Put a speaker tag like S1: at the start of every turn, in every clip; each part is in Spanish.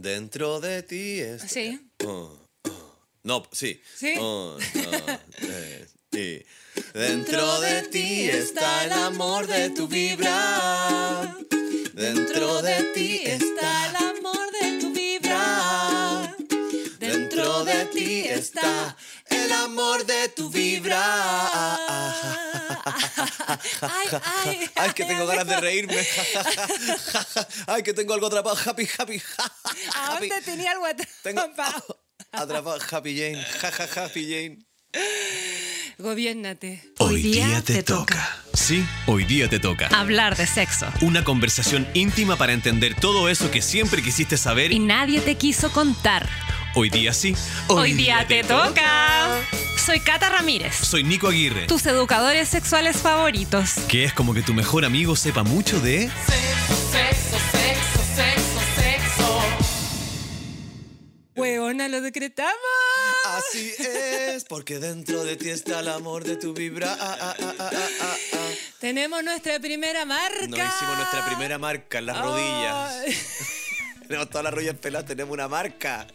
S1: Dentro de ti es.
S2: Sí.
S1: Uh, uh. No, sí.
S2: Sí.
S1: Uh, tres, y- Dentro de ti está el amor de tu vibra. Dentro de ti está
S2: el amor de tu vibra.
S1: Dentro de ti está el amor de tu vibra.
S2: Ay, ay.
S1: Ay, que tengo ganas de reírme. Ay, que tengo algo atrapado. Happy, happy.
S2: Aún
S1: happy.
S2: te tenía algo
S1: Tengo Ah.
S2: atrapado.
S1: atrapado. Happy Jane. Ja, ja, happy Jane.
S2: Gobiérnate.
S3: Hoy día te toca. Sí, hoy día te toca.
S2: Hablar de sexo.
S3: Una conversación íntima para entender todo eso que siempre quisiste saber.
S2: Y
S3: y
S2: nadie te quiso contar.
S3: Hoy día sí.
S2: Hoy día te toca. Soy Cata Ramírez.
S3: Soy Nico Aguirre.
S2: Tus educadores sexuales favoritos.
S3: Que es como que tu mejor amigo sepa mucho de...
S2: Hueona, lo decretamos.
S1: Así es, porque dentro de ti está el amor de tu vibra. Ah, ah, ah, ah, ah, ah.
S2: Tenemos nuestra primera marca.
S1: Nos hicimos nuestra primera marca en las rodillas.
S2: Ay.
S1: Tenemos todas las rodillas peladas, tenemos una marca.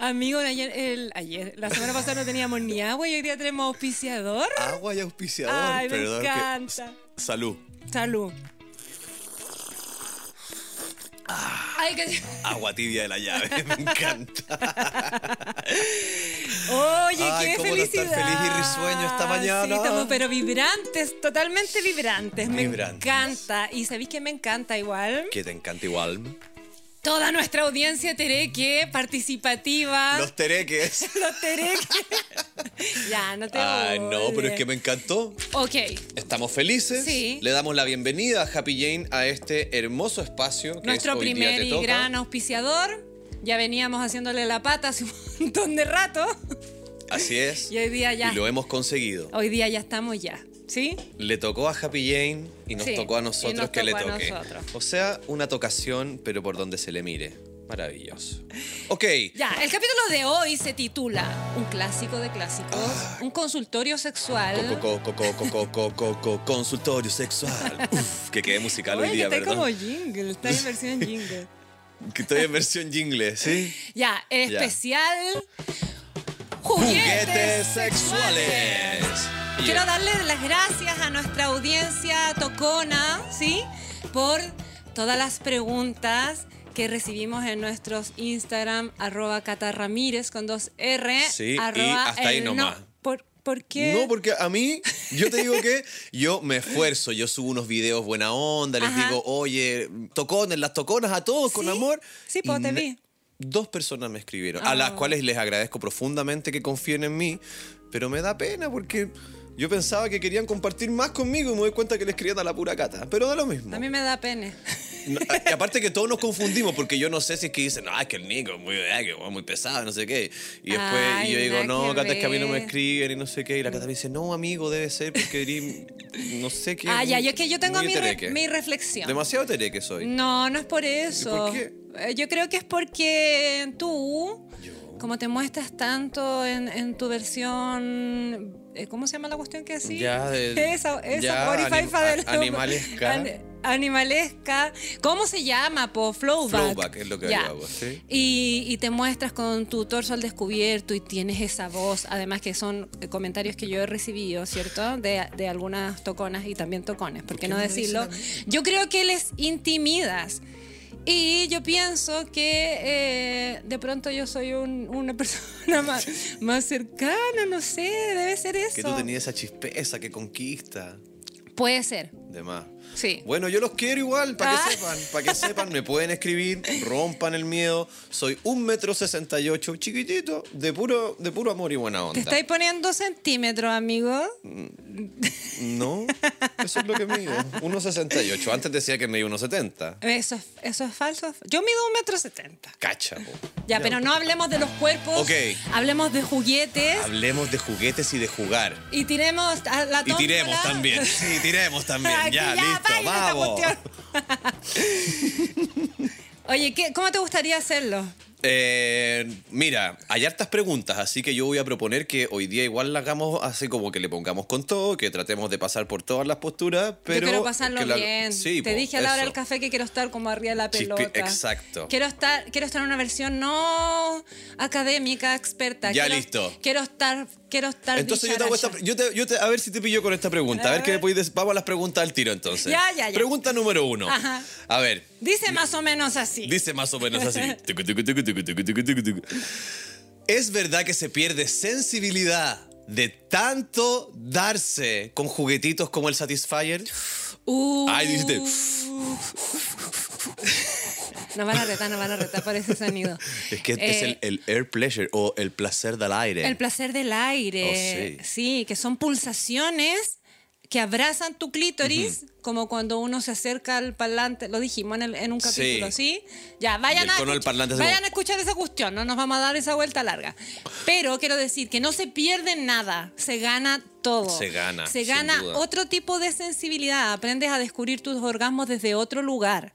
S2: Amigo, ayer, el- ayer, la semana pasada no teníamos ni agua y hoy día tenemos auspiciador.
S1: Agua y auspiciador.
S2: Ay, me
S1: Perdón que-
S2: encanta.
S1: Salud.
S2: Salud.
S1: Ah.
S2: Ay, que-
S1: Agua tibia de la llave. Me encanta.
S2: Oye,
S1: Ay,
S2: qué
S1: cómo no estar
S2: felicidad.
S1: feliz y risueño esta mañana.
S2: Sí, estamos pero vibrantes, totalmente vibrantes. Me
S1: Vibrantes.
S2: encanta. Y sabéis que me encanta igual.
S1: Que te encanta igual.
S2: Toda nuestra audiencia tereque, participativa.
S1: Los tereques.
S2: Los tereque. ya, no te
S1: Ay, Ah, no, pero es
S2: odies.
S1: que me encantó.
S2: Ok.
S1: Estamos felices.
S2: Sí.
S1: Le damos la bienvenida a Happy Jane a este hermoso espacio que
S2: Nuestro
S1: es Hoy Día
S2: primer
S1: Te
S2: y
S1: Toca.
S2: gran auspiciador. Ya veníamos haciéndole la pata hace un montón de rato.
S1: Así es.
S2: Y hoy día ya.
S1: Y lo hemos conseguido.
S2: Hoy día ya estamos ya. ¿Sí?
S1: Le tocó a Happy Jane y nos
S2: Sí,
S1: tocó a
S2: y
S1: nosotros
S2: nos
S1: que le
S2: tocó a
S1: toque.
S2: nosotros.
S1: O sea, una tocación, pero por donde se le mire. Maravilloso. Ok.
S2: Ya, el capítulo de hoy se titula Un clásico de clásicos,
S1: Ah.
S2: un consultorio sexual.
S1: Co- co- co- co- co- co- co- co- consultorio sexual. Uf, que quedé musical
S2: Oye,
S1: hoy día,
S2: que está
S1: ¿verdad?
S2: como jingle, está en versión jingle.
S1: Que estoy en versión jingle, ¿sí?
S2: Ya, el
S1: Ya.
S2: especial
S1: Juguetes sexuales. Y
S2: Quiero darle las gracias a nuestra audiencia tocona, ¿sí? Por todas las preguntas que recibimos en nuestros Instagram, arroba catarramírez con dos R.
S1: Sí, y
S2: arroba
S1: hasta ahí
S2: el
S1: nomás.
S2: ¿Por, por qué?
S1: No, porque a mí, yo te digo que yo me esfuerzo, yo subo unos videos buena onda, les
S2: Ajá.
S1: digo, oye, tocones, las toconas a todos con
S2: Sí,
S1: amor.
S2: sí,
S1: Y
S2: po, te
S1: na-
S2: vi.
S1: Dos personas me escribieron, a las
S2: Ah.
S1: cuales les agradezco profundamente que confíen en mí, pero me da pena porque yo pensaba que querían compartir más conmigo y me doy cuenta que les escribían a la pura cata, pero da lo mismo.
S2: A mí me da pena.
S1: No, a- y aparte que todos nos confundimos porque yo no sé si es que dicen, no, es que el Nico es muy, ah, que es muy pesado, no sé qué. Y después
S2: Ay,
S1: yo digo,
S2: nada
S1: no,
S2: que
S1: Cata, es que a mí no me
S2: ver".
S1: escriben y no sé qué. Y la Cata me dice, no, amigo, debe ser porque eres, no sé qué.
S2: Ah, ya,
S1: muy-
S2: yo es que yo tengo
S1: muy
S2: mi, re-
S1: tereque".
S2: mi Mm. reflexión.
S1: Demasiado tereque soy.
S2: No, no es por eso.
S1: por qué?
S2: Eh, Yo creo que es porque tú,
S1: Yo.
S2: como te muestras tanto en, en tu versión, eh, ¿cómo se llama la cuestión que así?
S1: Ya, de-
S2: esa, esa
S1: ya,
S2: orifaifa
S1: anim-
S2: del-
S1: a- animalesca.
S2: animalesca. ¿Cómo se llama? Po? Flowback.
S1: Flowback es lo que
S2: Ya.
S1: yo hago, ¿sí?
S2: Y, y te muestras con tu torso al descubierto y tienes esa voz, además que son eh, comentarios que yo he recibido, ¿cierto? De, de algunas toconas y también tocones, ¿por qué, no decirlo? Yo creo que les intimidas. Y yo pienso que eh, de pronto yo soy un- una persona más, más cercana, no sé, debe ser eso.
S1: Que tú tenías esa chispeza que conquista.
S2: Puede ser,
S1: Demás.
S2: sí.
S1: Bueno, yo los quiero igual, para que
S2: Ah.
S1: sepan, para que sepan, me pueden escribir, rompan el miedo. Soy un metro sesenta y ocho, chiquitito, de puro, de puro amor y buena onda.
S2: Te estáis poniendo centímetros, amigo.
S1: Mm. No, eso es lo que mido. 1,68. Antes decía que medía 1,70.
S2: Eso es, eso es falso. Yo mido un metro setenta.
S1: Cacha, po.
S2: Ya, pero no hablemos de los cuerpos.
S1: Ok.
S2: Hablemos de juguetes.
S1: Hablemos de juguetes y de jugar.
S2: y tiremos a la
S1: Y
S2: tómbola.
S1: tiremos también. Sí, tiremos también.
S2: Aquí
S1: Ya,
S2: ya,
S1: listo,
S2: bailen esta
S1: vamos.
S2: cuestión. Oye, ¿qué, ¿cómo te gustaría hacerlo?
S1: Eh, mira, hay hartas preguntas, así que yo voy a proponer que hoy día igual la hagamos así como que le pongamos con todo, que tratemos de pasar por todas las posturas, pero...
S2: Yo quiero pasarlo
S1: que la-
S2: bien.
S1: Sí,
S2: Te
S1: po,
S2: dije a la hora
S1: eso.
S2: del café que quiero estar como arriba de la
S1: Chispi-
S2: pelota.
S1: exacto.
S2: Quiero estar, quiero estar en una versión no académica, experta.
S1: Ya,
S2: quiero,
S1: listo.
S2: Quiero estar, quiero estar.
S1: Entonces yo te hago esta...
S2: dicharachera.
S1: Yo te, yo te- a ver si te pillo con esta pregunta. A ver qué me podéis des- Vamos a las preguntas al tiro entonces.
S2: Ya, ya, ya.
S1: Pregunta número uno.
S2: Ajá.
S1: A ver,
S2: Dice más o menos así.
S1: dice más o menos así. Tucu, tucu, tucu, tucu, tucu, tucu, tucu, tucu. ¿Es verdad que se pierde sensibilidad de tanto darse con juguetitos como el Satisfyer?
S2: Uh,
S1: Ay, dijiste. Uh.
S2: Nos van a retar, nos van a retar por ese sonido.
S1: Es que este es
S2: Eh,
S1: el, el air pleasure o el placer del aire.
S2: El placer del aire.
S1: Oh, sí.
S2: sí. que son pulsaciones que abrazan tu clítoris, como cuando uno se acerca al parlante, lo dijimos en, el- en un
S1: Sí.
S2: capítulo, ¿sí? Ya, vayan,
S1: el
S2: a,
S1: cono del
S2: escuch-
S1: parlante hace
S2: vayan
S1: como-
S2: a escuchar esa cuestión, no nos vamos a dar esa vuelta larga. Pero quiero decir que no se pierde nada, se gana todo.
S1: Se gana,
S2: Se
S1: sin
S2: gana
S1: duda.
S2: otro tipo de sensibilidad, aprendes a descubrir tus orgasmos desde otro lugar.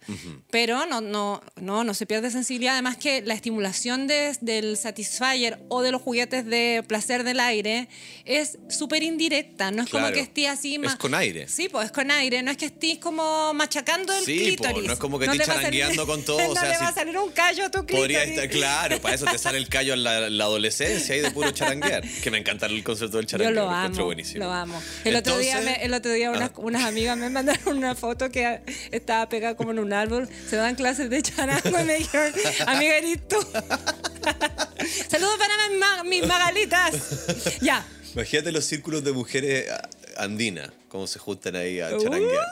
S2: Pero no, no, no, no se pierde sensibilidad. Además que la estimulación de- del satisfier o de los juguetes de placer del aire es súper indirecta. No es como
S1: Claro.
S2: que estés así
S1: Es
S2: ma-
S1: con aire.
S2: Sí, pues es con aire. No es que estés como machacando el
S1: Sí, po,
S2: clítoris.
S1: no es como que estés
S2: le va a salir-
S1: charangueando con todo,
S2: No
S1: o sea,
S2: le
S1: si-
S2: va a salir un callo a tu clítoris.
S1: Podría estar, claro, para eso te sale el callo en la, la adolescencia y de puro charanguear. Que me encanta el concepto del
S2: Yo
S1: charangueo.
S2: lo
S1: encuentro
S2: amo,
S1: buenísimo.
S2: lo amo. El otro día,
S1: Entonces-
S2: me- el otro día unas,
S1: Ah.
S2: unas amigas me mandaron una foto que estaba pegada como en un árbol. Se dan clases de charango y me dijeron, amiga, eres tú. Saludos para mis, ma- mis magalitas. Ya.
S1: Imagínate los círculos de mujeres ah, andinas, cómo se juntan ahí a
S2: Uh.
S1: charanguear.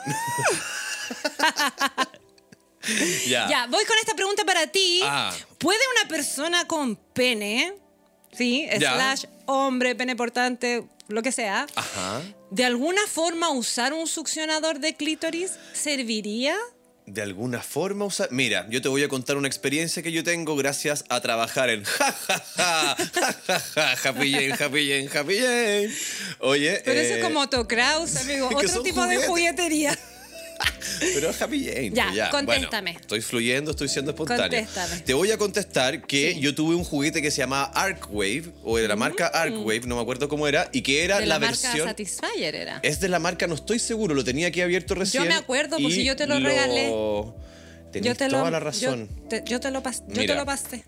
S1: ya.
S2: Ya, voy con esta pregunta para ti.
S1: Ah.
S2: ¿Puede una persona con pene, sí,
S1: Ya. Ah.
S2: slash hombre, pene portante, lo que sea,
S1: Ajá.
S2: de alguna forma usar un succionador de clítoris? ¿Serviría?
S1: De alguna forma usar. Mira, yo te voy a contar una experiencia que yo tengo gracias a trabajar en ja ja ja, ja ja ja, Happy Jane, Happy Jane, Happy Jane. Oye.
S2: Pero eso
S1: eh,
S2: es como Autocraus, amigo.
S1: que
S2: Otro
S1: son
S2: tipo de
S1: juguetes.
S2: juguetería.
S1: Pero Happy Jane.
S2: Ya,
S1: pues Bueno,
S2: contéstame.
S1: estoy fluyendo, estoy siendo espontáneo.
S2: Contéstame.
S1: Te voy a contestar que
S2: Sí. Mm.
S1: yo tuve un juguete que se llamaba Arcwave, o de la marca Arcwave, no me acuerdo cómo era, y que era
S2: de
S1: la,
S2: la, marca
S1: versión. Eh,
S2: Satisfyer era.
S1: Es de la marca, no estoy seguro, lo tenía aquí abierto recién.
S2: me acuerdo, pues,
S1: y
S2: si yo te lo regalé.
S1: Tenés toda la razón.
S2: Yo te, yo te lo pas- yo te
S1: Mira.
S2: lo pasé.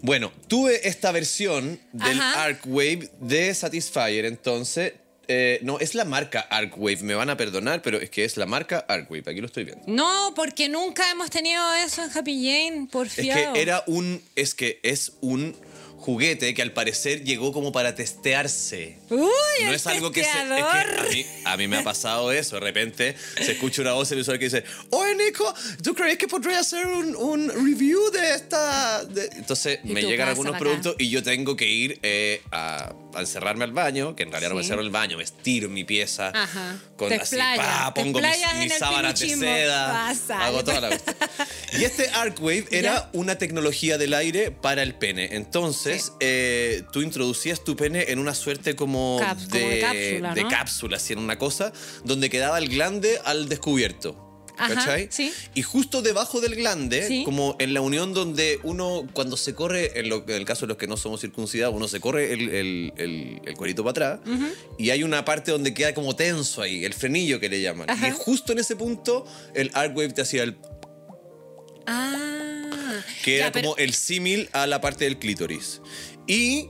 S1: Bueno, tuve esta versión del
S2: Ajá.
S1: Arcwave de Satisfyer, entonces. eh, no, es la marca Arcwave, me van a perdonar, pero es que es la marca Arcwave, aquí lo estoy viendo.
S2: No, porque nunca hemos tenido eso en Happy Jane, por
S1: Es
S2: fiado.
S1: que era un. Es que es un juguete que al parecer llegó como para testearse.
S2: Uy,
S1: No
S2: el
S1: es algo que se. es que
S2: testeador.
S1: a, mí, a mí me ha pasado eso. De repente se escucha una voz en el usuario que dice: Oye, Nico, ¿tú crees que podría hacer un, un review de esta.? de-?" Entonces
S2: Y
S1: me
S2: tú
S1: llegan
S2: pasa
S1: algunos
S2: para
S1: productos y yo tengo que ir eh, a, a encerrarme al baño, que en realidad no me
S2: Sí.
S1: encierro en el baño, me estiro en mi pieza.
S2: Ajá.
S1: Con
S2: Te
S1: así,
S2: explayas,
S1: pa,
S2: te
S1: pongo mis,
S2: explayas en
S1: mis
S2: el
S1: sábanas de
S2: piluchismo.
S1: seda.
S2: Pasa.
S1: Hago toda la cuestión. Y este Arcwave era una tecnología del aire para el pene. Entonces,
S2: Sí.
S1: eh, tú introducías tu pene en una suerte como,
S2: Cap- como
S1: de,
S2: de cápsula,
S1: de
S2: ¿no?
S1: cápsula, así en una cosa, donde quedaba el glande al descubierto.
S2: Ajá,
S1: ¿Cachai?
S2: sí.
S1: Y justo debajo del glande,
S2: Sí.
S1: como en la unión donde uno, cuando se corre, en, lo- en el caso de los que no somos circuncidados, uno se corre el, el, el- el cuerito para atrás y hay una parte donde queda como tenso ahí, el frenillo que le llaman.
S2: Ajá.
S1: Y justo en ese punto, el Arcwave te hacía el
S2: Ah.
S1: que
S2: Ya,
S1: era
S2: pero-
S1: como el símil a la parte del clítoris. Y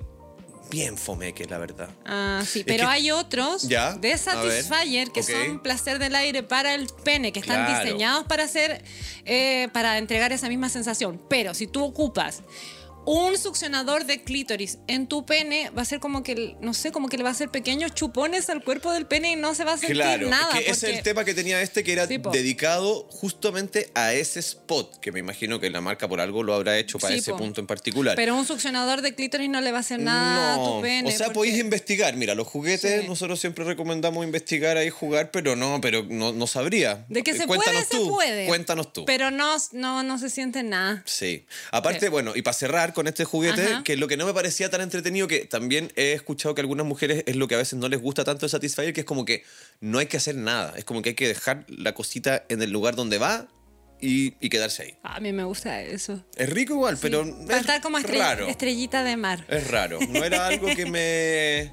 S1: bien fomeque, la verdad.
S2: Ah, sí,
S1: Es
S2: pero
S1: que-
S2: hay otros
S1: Ya, a
S2: de
S1: ver,
S2: Satisfyer que
S1: ok.
S2: son placer del aire para el pene, que están
S1: Claro.
S2: diseñados para hacer, eh, para entregar esa misma sensación. Pero si tú ocupas un succionador de clítoris en tu pene, va a ser como que, el- no sé, como que le va a hacer pequeños chupones al cuerpo del pene y no se va a sentir
S1: Claro, es
S2: nada.
S1: que ese es el
S2: porque-
S1: tema que tenía este, que era
S2: Sí, po.
S1: dedicado justamente a ese spot, que me imagino que la marca por algo lo habrá hecho para
S2: Sí,
S1: ese
S2: po.
S1: punto en particular.
S2: Pero un succionador de clítoris no le va a hacer nada a tu pene.
S1: o sea,
S2: porque-
S1: podéis investigar. Mira, los juguetes,
S2: Sí.
S1: nosotros siempre recomendamos investigar ahí, jugar, pero no, pero no, no sabría.
S2: De que
S1: Eh,
S2: se
S1: Cuéntanos
S2: puede, se
S1: tú,
S2: puede.
S1: Cuéntanos tú.
S2: Pero no, no, no se siente nada.
S1: Sí. Aparte,
S2: Pero-
S1: bueno, y para cerrar con este juguete,
S2: Eh. Ajá.
S1: que lo que no me parecía tan entretenido, que también he escuchado que a algunas mujeres es lo que a veces no les gusta tanto de Satisfyer, que es como que no hay que hacer nada. Es como que hay que dejar la cosita en el lugar donde va y, y quedarse ahí.
S2: A mí me gusta eso.
S1: Es rico igual, pero
S2: Sí, para
S1: es
S2: estar como estre-
S1: raro.
S2: estrellita de mar.
S1: Es raro. No era algo que me.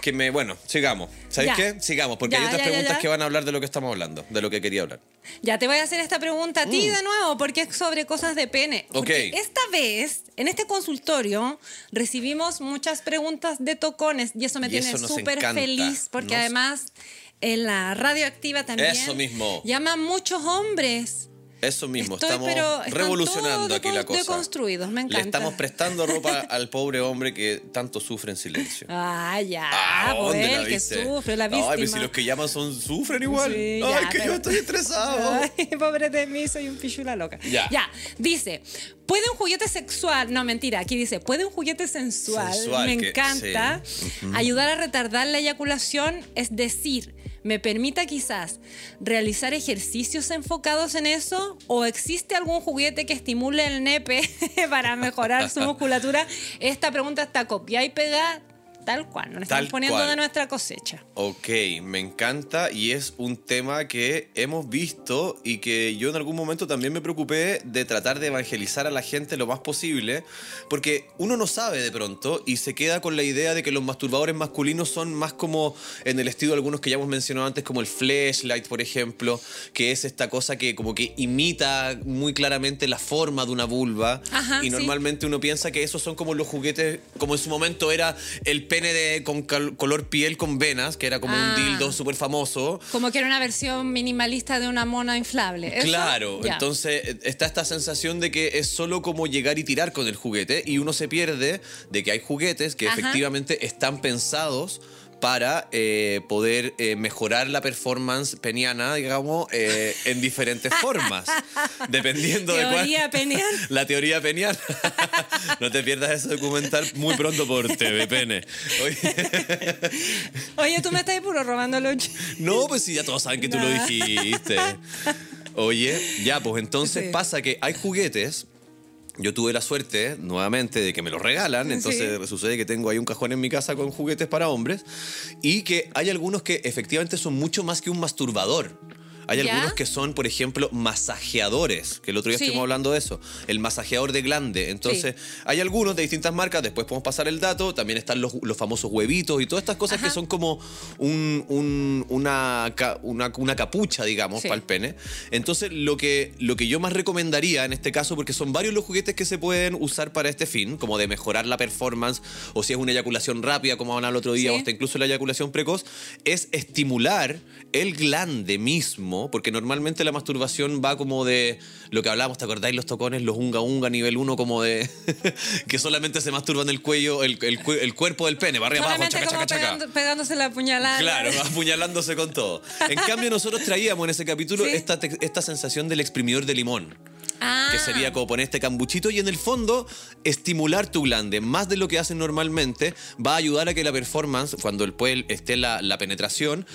S1: Que me. Bueno, sigamos. ¿Sabes
S2: Ya.
S1: qué? Sigamos, porque
S2: Ya,
S1: hay otras
S2: ya, ya,
S1: preguntas
S2: ya.
S1: que van a hablar de lo que estamos hablando, de lo que quería hablar.
S2: Ya te voy a hacer esta pregunta a ti de nuevo, porque es sobre cosas de pene. Porque
S1: Mm. Ok.
S2: Esta vez, en este consultorio, recibimos muchas preguntas de tocones y eso me
S1: Y
S2: tiene
S1: eso nos
S2: súper
S1: encanta.
S2: feliz, porque
S1: Nos-
S2: además en la radioactiva también.
S1: Eso mismo.
S2: Llaman muchos hombres.
S1: Eso mismo,
S2: Estoy,
S1: estamos
S2: pero están
S1: revolucionando
S2: todos
S1: aquí la
S2: decon-
S1: cosa.
S2: deconstruidos, me encanta.
S1: Le estamos prestando ropa al pobre hombre que tanto sufre en silencio.
S2: Ah, ya.
S1: Ah,
S2: pues,
S1: ¿dónde
S2: el
S1: la
S2: que
S1: viste?
S2: sufre, la víctima.
S1: Ay, pero si los que llaman son, sufren igual. Ay,
S2: Sí, ya,
S1: que
S2: pero-
S1: yo estoy estresado.
S2: Ay, pobre de mí, soy un pichula loca.
S1: Ya.
S2: Dice, ¿puede un juguete sexual? No, mentira, aquí dice, ¿puede un juguete sensual?
S1: Sensual,
S2: me
S1: que-
S2: encanta. Ayudar a retardar la eyaculación, es decir, me permita quizás realizar ejercicios enfocados en eso o existe algún juguete que estimule el nepe para mejorar su musculatura. Esta pregunta está copiada y pegada tal cual, nos
S1: Tal
S2: estamos poniendo
S1: cual.
S2: de nuestra cosecha.
S1: Ok, me encanta y es un tema que hemos visto y que yo en algún momento también me preocupé de tratar de evangelizar a la gente lo más posible, porque uno no sabe de pronto y se queda con la idea de que los masturbadores masculinos son más como en el estilo de algunos que ya hemos mencionado antes, como el flashlight, por ejemplo, que es esta cosa que como que imita muy claramente la forma de una vulva
S2: Ajá,
S1: y
S2: sí.
S1: normalmente Normalmente uno piensa que esos son como los juguetes, como en su momento era el pene de, con cal- color piel con venas, que era como
S2: Ah.
S1: un dildo súper famoso.
S2: Como que era una versión minimalista de una mona inflable. ¿Eso?
S1: Claro,
S2: Ya.
S1: entonces eh, está esta sensación de que es solo como llegar y tirar con el juguete y uno se pierde de que hay juguetes que
S2: Ajá.
S1: efectivamente están pensados para eh, poder eh, mejorar la performance peniana, digamos, eh, en diferentes formas, dependiendo de cuál...
S2: Teoría penial.
S1: La teoría peniana. no te pierdas ese documental muy pronto por TVPN. Oye,
S2: Oye, tú me estás puro robando los ch-
S1: no, pues sí, ya todos saben que tú lo
S2: Nah.
S1: dijiste. Oye, ya, pues entonces
S2: Sí.
S1: pasa que hay juguetes. Yo tuve la suerte, nuevamente, de que me los regalan. Entonces sucede que tengo ahí un cajón en mi casa con juguetes para hombres. Y que hay algunos que efectivamente son mucho más que un masturbador. Hay
S2: ¿Ya?
S1: algunos que son, por ejemplo, masajeadores, que el otro día
S2: Sí.
S1: estuvimos hablando de eso, el masajeador de glande. Entonces, hay algunos de distintas marcas, después podemos pasar el dato, también están los, los famosos huevitos y todas estas cosas que son como un- un- una, ca- una, una capucha, digamos,
S2: Sí.
S1: para el pene. Entonces, lo que, lo que yo más recomendaría en este caso, porque son varios los juguetes que se pueden usar para este fin, como de mejorar la performance, o si es una eyaculación rápida, como hablaba el otro día,
S2: Sí.
S1: o hasta incluso la eyaculación precoz, es estimular el glande mismo, porque normalmente la masturbación va como de lo que hablábamos, ¿te acordáis? Los tocones, los unga unga nivel 1, como de que solamente se masturban el cuello, el, el cu- el cuerpo del pene, barrio abajo,
S2: Solamente
S1: chaca,
S2: como
S1: chaca, chaca.
S2: pegando- pegándose la puñalada.
S1: Claro, apuñalándose con todo. En cambio, nosotros traíamos en ese capítulo
S2: Sí.
S1: esta, te- esta sensación del exprimidor de limón.
S2: Ah,
S1: Que sería como poner este cambuchito y en el fondo estimular tu glande más de lo que hacen normalmente va a ayudar a que la performance, cuando el puel esté la, la penetración,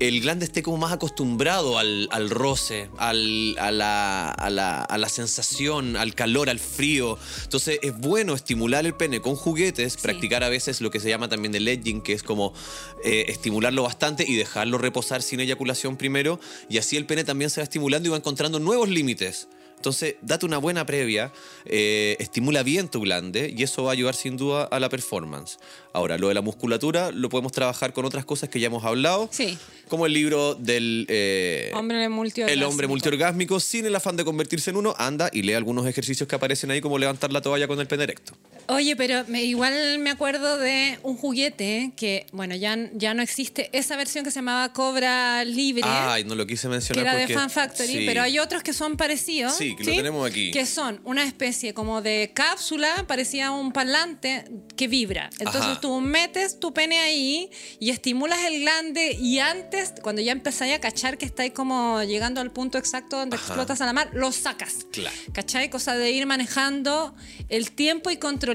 S1: el glande esté como más acostumbrado al, al roce, al- a, la, a la- a la sensación, al calor, al frío. Entonces es bueno estimular el pene con juguetes, practicar a veces lo que se llama también el edging, que es como eh, estimularlo bastante y dejarlo reposar sin eyaculación primero, y así el pene también se va estimulando y va encontrando nuevos límites. Entonces, date una buena previa, eh, estimula bien tu glande y eso va a ayudar sin duda a la performance. Ahora, lo de la musculatura lo podemos trabajar con otras cosas que ya hemos hablado,
S2: Sí.
S1: como el libro del... eh,
S2: Hombre multiorgásmico.
S1: el hombre multiorgásmico, sin el afán de convertirse en uno, anda y lee algunos ejercicios que aparecen ahí, como levantar la toalla con el pene erecto.
S2: Oye, pero me- igual me acuerdo de un juguete que, bueno, ya, ya no existe esa versión que se llamaba Cobra Libre.
S1: Ay, no lo quise
S2: que
S1: mencionar
S2: era de
S1: porque-
S2: Fan Factory,
S1: sí.
S2: pero hay otros que son parecidos.
S1: Sí, que lo tenemos aquí.
S2: Que son una especie como de cápsula, parecía un parlante que vibra. Entonces
S1: Ajá.
S2: tú metes tu pene ahí y estimulas el glande y antes, cuando ya empezáis a cachar que estáis como llegando al punto exacto donde
S1: Ajá.
S2: explotas a la mar, lo sacas.
S1: Claro.
S2: ¿Cachai? Cosa de ir manejando el tiempo y controlando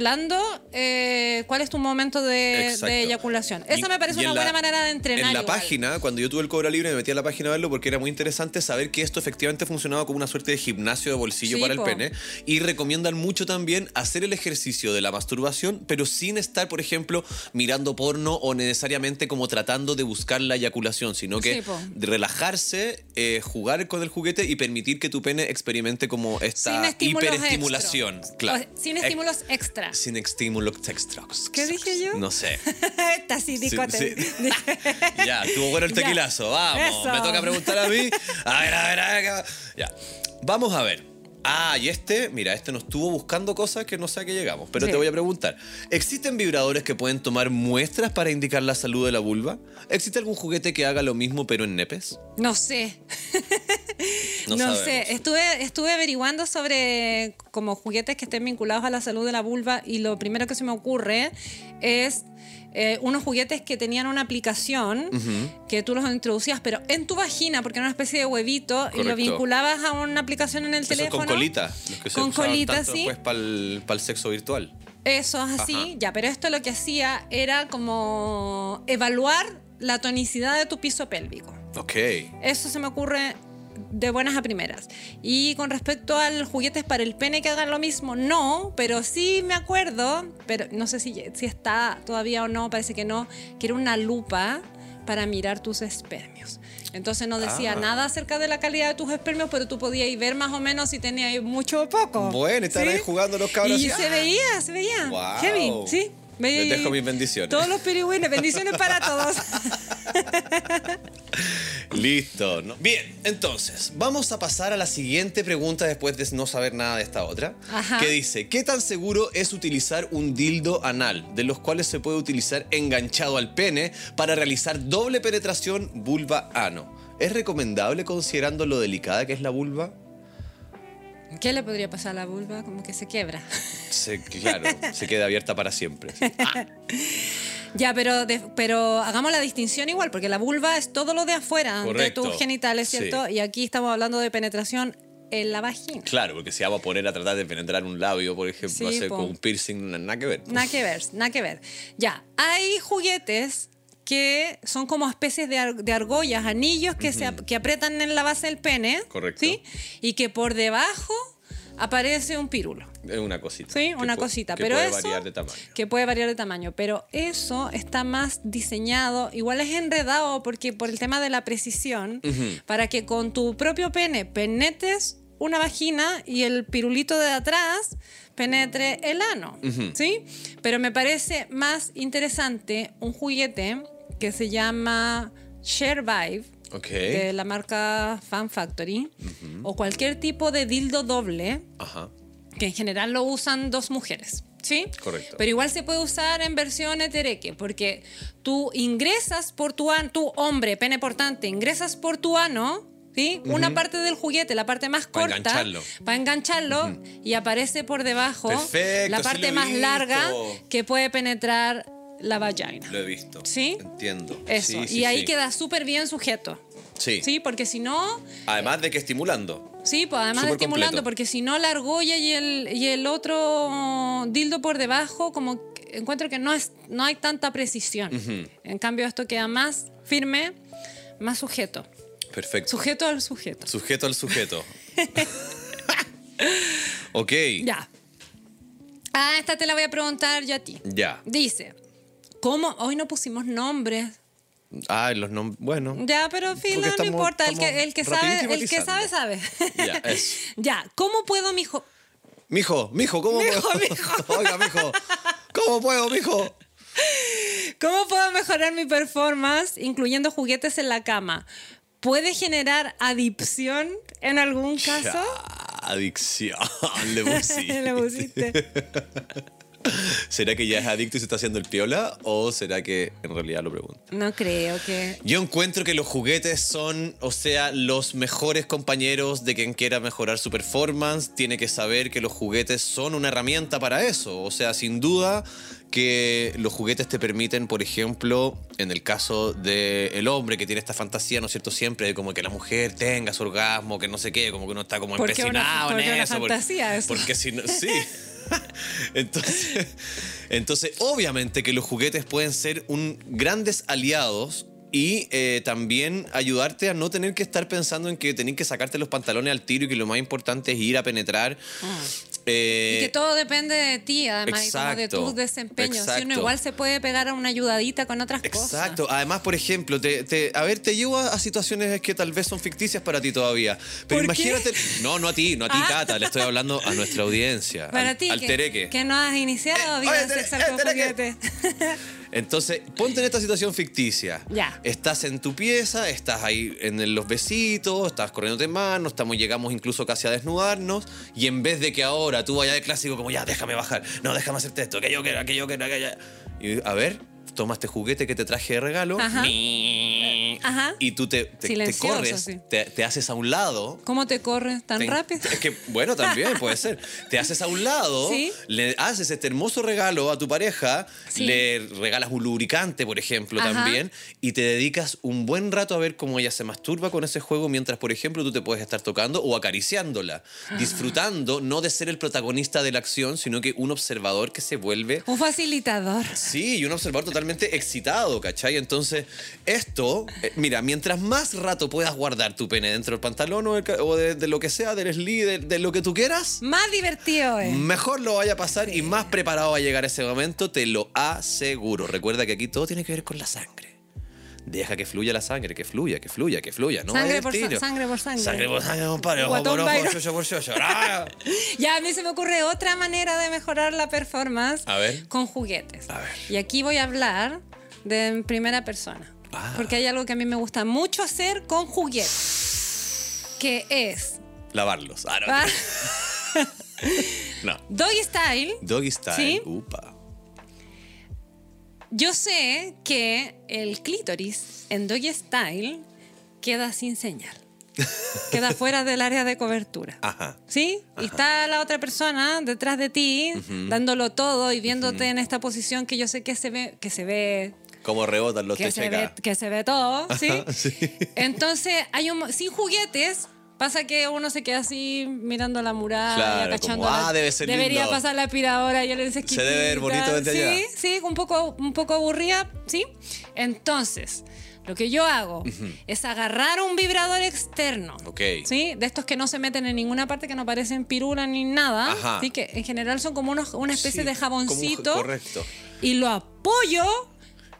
S2: eh, cuál es tu momento de,
S1: Exacto.
S2: de eyaculación. Esa
S1: Y-
S2: me parece
S1: y en
S2: una
S1: la-
S2: buena manera de entrenar.
S1: En la
S2: igual.
S1: página, cuando yo tuve el cobra libre, me metí a la página a verlo porque era muy interesante saber que esto efectivamente funcionaba como una suerte de gimnasio de bolsillo
S2: Sí,
S1: para
S2: po.
S1: el pene. Y recomiendan mucho también hacer el ejercicio de la masturbación, pero sin estar, por ejemplo, mirando porno o necesariamente como tratando de buscar la eyaculación, sino que
S2: Sí, po.
S1: de relajarse, eh, jugar con el juguete y permitir que tu pene experimente como
S2: Sin
S1: esta
S2: estímulos
S1: hiperestimulación.
S2: extra.
S1: Claro.
S2: O- sin
S1: Eh,
S2: estímulos extra.
S1: Sin estímulos extra.
S2: ¿Qué dije yo?
S1: No sé.
S2: Está así,
S1: Sí,
S2: dicote.
S1: sí. Ya, estuvo bueno el
S2: Ya.
S1: tequilazo. Vamos,
S2: Eso.
S1: me toca preguntar a mí. A ver, a ver, a ver. a ver. Ya. Vamos a ver. Ah, y este, mira, este nos estuvo buscando cosas que no sé a qué llegamos, pero
S2: Sí.
S1: te voy a preguntar. ¿Existen vibradores que pueden tomar muestras para indicar la salud de la vulva? ¿Existe algún juguete que haga lo mismo pero en nepes?
S2: No sé. No,
S1: sabemos.
S2: sé. Estuve, estuve averiguando sobre como juguetes que estén vinculados a la salud de la vulva y lo primero que se me ocurre es eh, unos juguetes que tenían una aplicación que tú los introducías, pero en tu vagina, porque era una especie de huevito y lo
S1: Correcto.
S2: vinculabas a una aplicación en el
S1: Esos
S2: teléfono.
S1: con colita, los que se
S2: Con
S1: usaban
S2: colita,
S1: tanto
S2: sí.
S1: después para el sexo virtual.
S2: Eso es así,
S1: Ajá.
S2: ya, pero esto lo que hacía era como evaluar la tonicidad de tu piso pélvico.
S1: Ok.
S2: Eso se me ocurre de buenas a primeras. Y con respecto al juguetes para el pene que hagan lo mismo, no, pero sí me acuerdo, pero no sé si, si está todavía o no, parece que no, que era una lupa para mirar tus espermios. Entonces no decía
S1: Ah.
S2: nada acerca de la calidad de tus espermios, pero tú podías ver más o menos si tenías mucho o poco.
S1: Bueno, estaban ahí jugando los cabros
S2: Y
S1: así,
S2: se
S1: ¡ah!
S2: veía, se veía.
S1: Wow.
S2: Heavy, sí. Me-
S1: Les dejo mis bendiciones.
S2: Todos los pirigüines, bendiciones para todos.
S1: Listo. ¿no? Bien, entonces, vamos a pasar a la siguiente pregunta después de no saber nada de esta otra.
S2: Ajá.
S1: Que dice, ¿qué tan seguro es utilizar un dildo anal, de los cuales se puede utilizar enganchado al pene para realizar doble penetración vulva-ano? ¿Es recomendable considerando lo delicada que es la vulva?
S2: ¿Qué le podría pasar a la vulva? Como que se quiebra.
S1: Se- claro, se queda abierta para siempre. Ah,
S2: Ya, pero, de- pero hagamos la distinción igual, porque la vulva es todo lo de afuera
S1: Correcto.
S2: de tus genitales, ¿cierto?
S1: Sí.
S2: Y aquí estamos hablando de penetración en la vagina.
S1: Claro, porque se va a poner a tratar de penetrar un labio, por ejemplo,
S2: Sí,
S1: hacer
S2: po.
S1: con un piercing, nada que ver.
S2: Nada que ver, nada que ver. Ya, hay juguetes que son como especies de, ar- de argollas, anillos que, se ap- que aprietan en la base del pene.
S1: Correcto.
S2: ¿sí? Y que por debajo aparece un pirulo.
S1: Es una cosita.
S2: Sí,
S1: que
S2: una
S1: pu-
S2: cosita,
S1: que
S2: pero
S1: puede
S2: eso-
S1: variar de tamaño.
S2: que puede variar de tamaño, pero eso está más diseñado, igual es enredado porque por el tema de la precisión, para que con tu propio pene penetres una vagina y el pirulito de atrás penetre el ano, ¿sí? Pero me parece más interesante un juguete que se llama Share Vibe
S1: Ok.
S2: de la marca Fan Factory o cualquier tipo de dildo doble
S1: Ajá.
S2: que en general lo usan dos mujeres. ¿Sí?
S1: Correcto.
S2: Pero igual se puede usar en versión hetereque, porque tú ingresas por tu ano, tu hombre, pene portante, ingresas por tu ano, ¿sí? Una parte del juguete, la parte más
S1: Pa'
S2: corta.
S1: engancharlo.
S2: Para engancharlo y aparece por debajo
S1: Perfecto,
S2: la
S1: sí
S2: parte
S1: lo he
S2: más
S1: visto.
S2: larga que puede penetrar la vagina.
S1: Lo he visto.
S2: ¿Sí?
S1: Entiendo.
S2: Eso.
S1: Sí, sí,
S2: y ahí
S1: sí.
S2: queda súper bien sujeto.
S1: Sí.
S2: ¿Sí? Porque si no,
S1: Además de que estimulando.
S2: Sí, pues además de
S1: Súper
S2: estimulando,
S1: completo.
S2: porque si no la argolla y el, y el otro dildo por debajo, como que encuentro que no, es, no hay tanta precisión. En cambio, esto queda más firme, más sujeto.
S1: Perfecto.
S2: Sujeto al sujeto.
S1: Sujeto al sujeto. ok.
S2: Ya. Ah, esta te la voy a preguntar yo a ti.
S1: Ya.
S2: Dice, ¿cómo? Hoy no pusimos nombres.
S1: Ah, los nombres. Bueno.
S2: Ya, pero filo,
S1: Porque
S2: no
S1: estamos-
S2: importa. El que,
S1: estamos
S2: el que
S1: rapidito
S2: sabe,
S1: y
S2: el que sabe, sabe.
S1: Ya, eso.
S2: ya, ¿cómo puedo, mijo?
S1: Mijo, mijo, ¿cómo
S2: Mijo,
S1: puedo?
S2: mijo.
S1: Oiga, mijo. ¿Cómo puedo, mijo?
S2: ¿Cómo puedo mejorar mi performance incluyendo juguetes en la cama? ¿Puede generar adicción en algún caso?
S1: Ya, Adicción. Le pusiste.
S2: Le pusiste.
S1: ¿Será que ya es adicto y se está haciendo el piola? ¿O será que en realidad lo pregunto?
S2: No creo que.
S1: Yo encuentro que los juguetes son, o sea, los mejores compañeros de quien quiera mejorar su performance. Tiene que saber que los juguetes son una herramienta para eso. O sea, sin duda que los juguetes te permiten, por ejemplo, en el caso del hombre que tiene esta fantasía, ¿no es cierto? Siempre de como que la mujer tenga su orgasmo, que no sé qué, como que uno está como
S2: Porque una-
S1: empecinado en
S2: porque una
S1: eso. por-
S2: fantasía eso.
S1: Porque si no, sí. Entonces, entonces, obviamente que los juguetes pueden ser un, grandes aliados y eh, también ayudarte a no tener que estar pensando en que tenés que sacarte los pantalones al tiro y que lo más importante es ir a penetrar. Eh,
S2: Ah. y que todo depende de ti, además, y como de
S1: exacto,
S2: tus desempeños. Si uno
S1: exacto.
S2: igual se puede pegar a una ayudadita con otras cosas.
S1: Exacto. Además, por ejemplo, te, te- a ver, te llevo a, a situaciones que tal vez son ficticias para ti todavía. Pero
S2: ¿Por qué?
S1: imagínate. No, no a ti, no a ti,
S2: Ah.
S1: Cata. Le estoy hablando a nuestra audiencia.
S2: Para
S1: al,
S2: ti,
S1: al
S2: que,
S1: tereque.
S2: que no has iniciado
S1: Eh,
S2: vida
S1: oye, tere-
S2: sexual
S1: eh,
S2: con
S1: tereque.
S2: juguetes.
S1: Entonces, ponte en esta situación ficticia.
S2: Ya.
S1: Estás en tu pieza, estás ahí en el- los besitos, estás corriéndote manos, estamos, llegamos incluso casi a desnudarnos. Y en vez de que ahora tú vayas de clásico, como ya, déjame bajar, no, déjame hacerte esto, que yo quiero, que yo quiero, que ya. Y a ver, toma este juguete que te traje de regalo.
S2: Ajá.
S1: Ni-
S2: Ajá.
S1: Y tú te, te- te
S2: Silencioso,
S1: corres,
S2: sí.
S1: te, te haces a un lado.
S2: ¿Cómo te corres tan
S1: te-
S2: rápido?
S1: Es que, bueno, también puede ser. Te haces a un lado,
S2: Sí.
S1: le haces este hermoso regalo a tu pareja,
S2: Sí.
S1: le regalas un lubricante, por ejemplo,
S2: Ajá.
S1: también, y te dedicas un buen rato a ver cómo ella se masturba con ese juego mientras, por ejemplo, tú te puedes estar tocando o acariciándola, disfrutando no de ser el protagonista de la acción, sino que un observador que se vuelve
S2: Un facilitador.
S1: Sí, y un observador totalmente excitado, ¿cachai? Entonces, esto, eh, mira, mientras más rato puedas guardar tu pene dentro del pantalón o, del ca- o de, de lo que sea, del slip, de, de lo que tú quieras,
S2: Más divertido es.
S1: mejor lo vaya a pasar y más preparado va a llegar ese momento, te lo aseguro. Recuerda que aquí todo tiene que ver con la sangre. Deja que fluya la sangre, que fluya, que fluya, que fluya. No
S2: Sangre
S1: vaya al
S2: por sa-
S1: tiro.
S2: sangre por sangre.
S1: Sangre por sangre, compadre. Ojo
S2: Guatón
S1: por ojo,
S2: Byron.
S1: yoyo por yoyo. ¡Ah!
S2: Ya, a mí se me ocurre otra manera de mejorar la performance
S1: A ver.
S2: con juguetes.
S1: A ver.
S2: Y aquí voy a hablar de en primera persona.
S1: Ah.
S2: Porque hay algo que a mí me gusta mucho hacer con juguetes. Que es...
S1: Lavarlos. Ah, no,
S2: ¿va?
S1: no.
S2: Doggy Style.
S1: Doggy style.
S2: ¿Sí?
S1: Upa.
S2: Yo sé que el clítoris en Doggy Style queda sin señal. queda fuera del área de cobertura.
S1: Ajá.
S2: ¿Sí? Y está la otra persona detrás de ti, dándolo todo y viéndote en esta posición que yo sé que se ve, que se ve,
S1: Como rebotan los
S2: que
S1: techos
S2: se
S1: acá.
S2: ve, que se ve todo, ¿sí?
S1: Sí.
S2: Entonces, hay un, sin juguetes, pasa que uno se queda así mirando la muralla,
S1: Claro,
S2: cachando.
S1: como,
S2: la-
S1: "Ah, debe ser
S2: Debería
S1: lindo".
S2: pasar la aspiradora, ya le dices
S1: Se debe ver
S2: "Quitita".
S1: bonito desde
S2: Sí,
S1: allá.
S2: sí, un poco, un poco aburrida, ¿sí? Entonces, lo que yo hago es agarrar un vibrador externo.
S1: Ok.
S2: ¿Sí? De estos que no se meten en ninguna parte, que no parecen pirula ni nada.
S1: Ajá.
S2: Así que en general son como unos, una especie
S1: Sí,
S2: de
S1: como un ja-
S2: jaboncito.
S1: correcto.
S2: Y lo apoyo.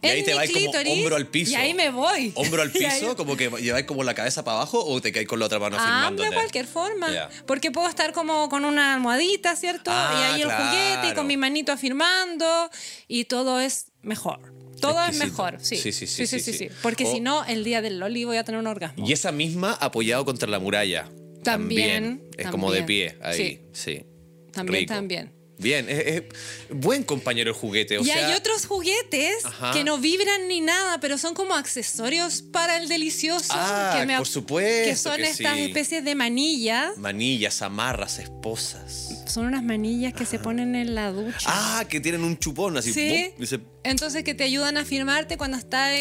S1: Y
S2: en
S1: ahí te
S2: mi
S1: vais como
S2: clítoris,
S1: hombro al piso.
S2: Y ahí me voy.
S1: Hombro al
S2: Y ahí-
S1: piso, como que lleváis como la cabeza para abajo o te caes con la otra mano
S2: Ah,
S1: firmando.
S2: de cualquier forma.
S1: Ya.
S2: Porque puedo estar como con una almohadita, ¿cierto? y
S1: Ah,
S2: ahí
S1: claro.
S2: el juguete y con mi manito afirmando. Y todo es mejor. Todo
S1: Exquisito.
S2: es mejor. Sí,
S1: Sí, sí, sí, sí, sí.
S2: sí. Porque
S1: O-
S2: si no, el día del Loli voy a tener un orgasmo.
S1: Y esa misma apoyado contra la muralla. También.
S2: También,
S1: Es como de
S2: también.
S1: pie ahí. Sí.
S2: También,
S1: Rico.
S2: también.
S1: Bien, es, es buen compañero el juguete. O
S2: y
S1: sea,
S2: hay otros juguetes
S1: Ajá.
S2: que no vibran ni nada, pero son como accesorios para el delicioso.
S1: Ah,
S2: que
S1: por supuesto
S2: Que son
S1: que
S2: estas
S1: sí.
S2: especies de manillas.
S1: manillas, amarras, esposas.
S2: Son unas manillas que se ponen en la ducha.
S1: Ah, que tienen un chupón así.
S2: Sí.
S1: ¡pum! y se-
S2: Entonces que te ayudan a firmarte cuando estás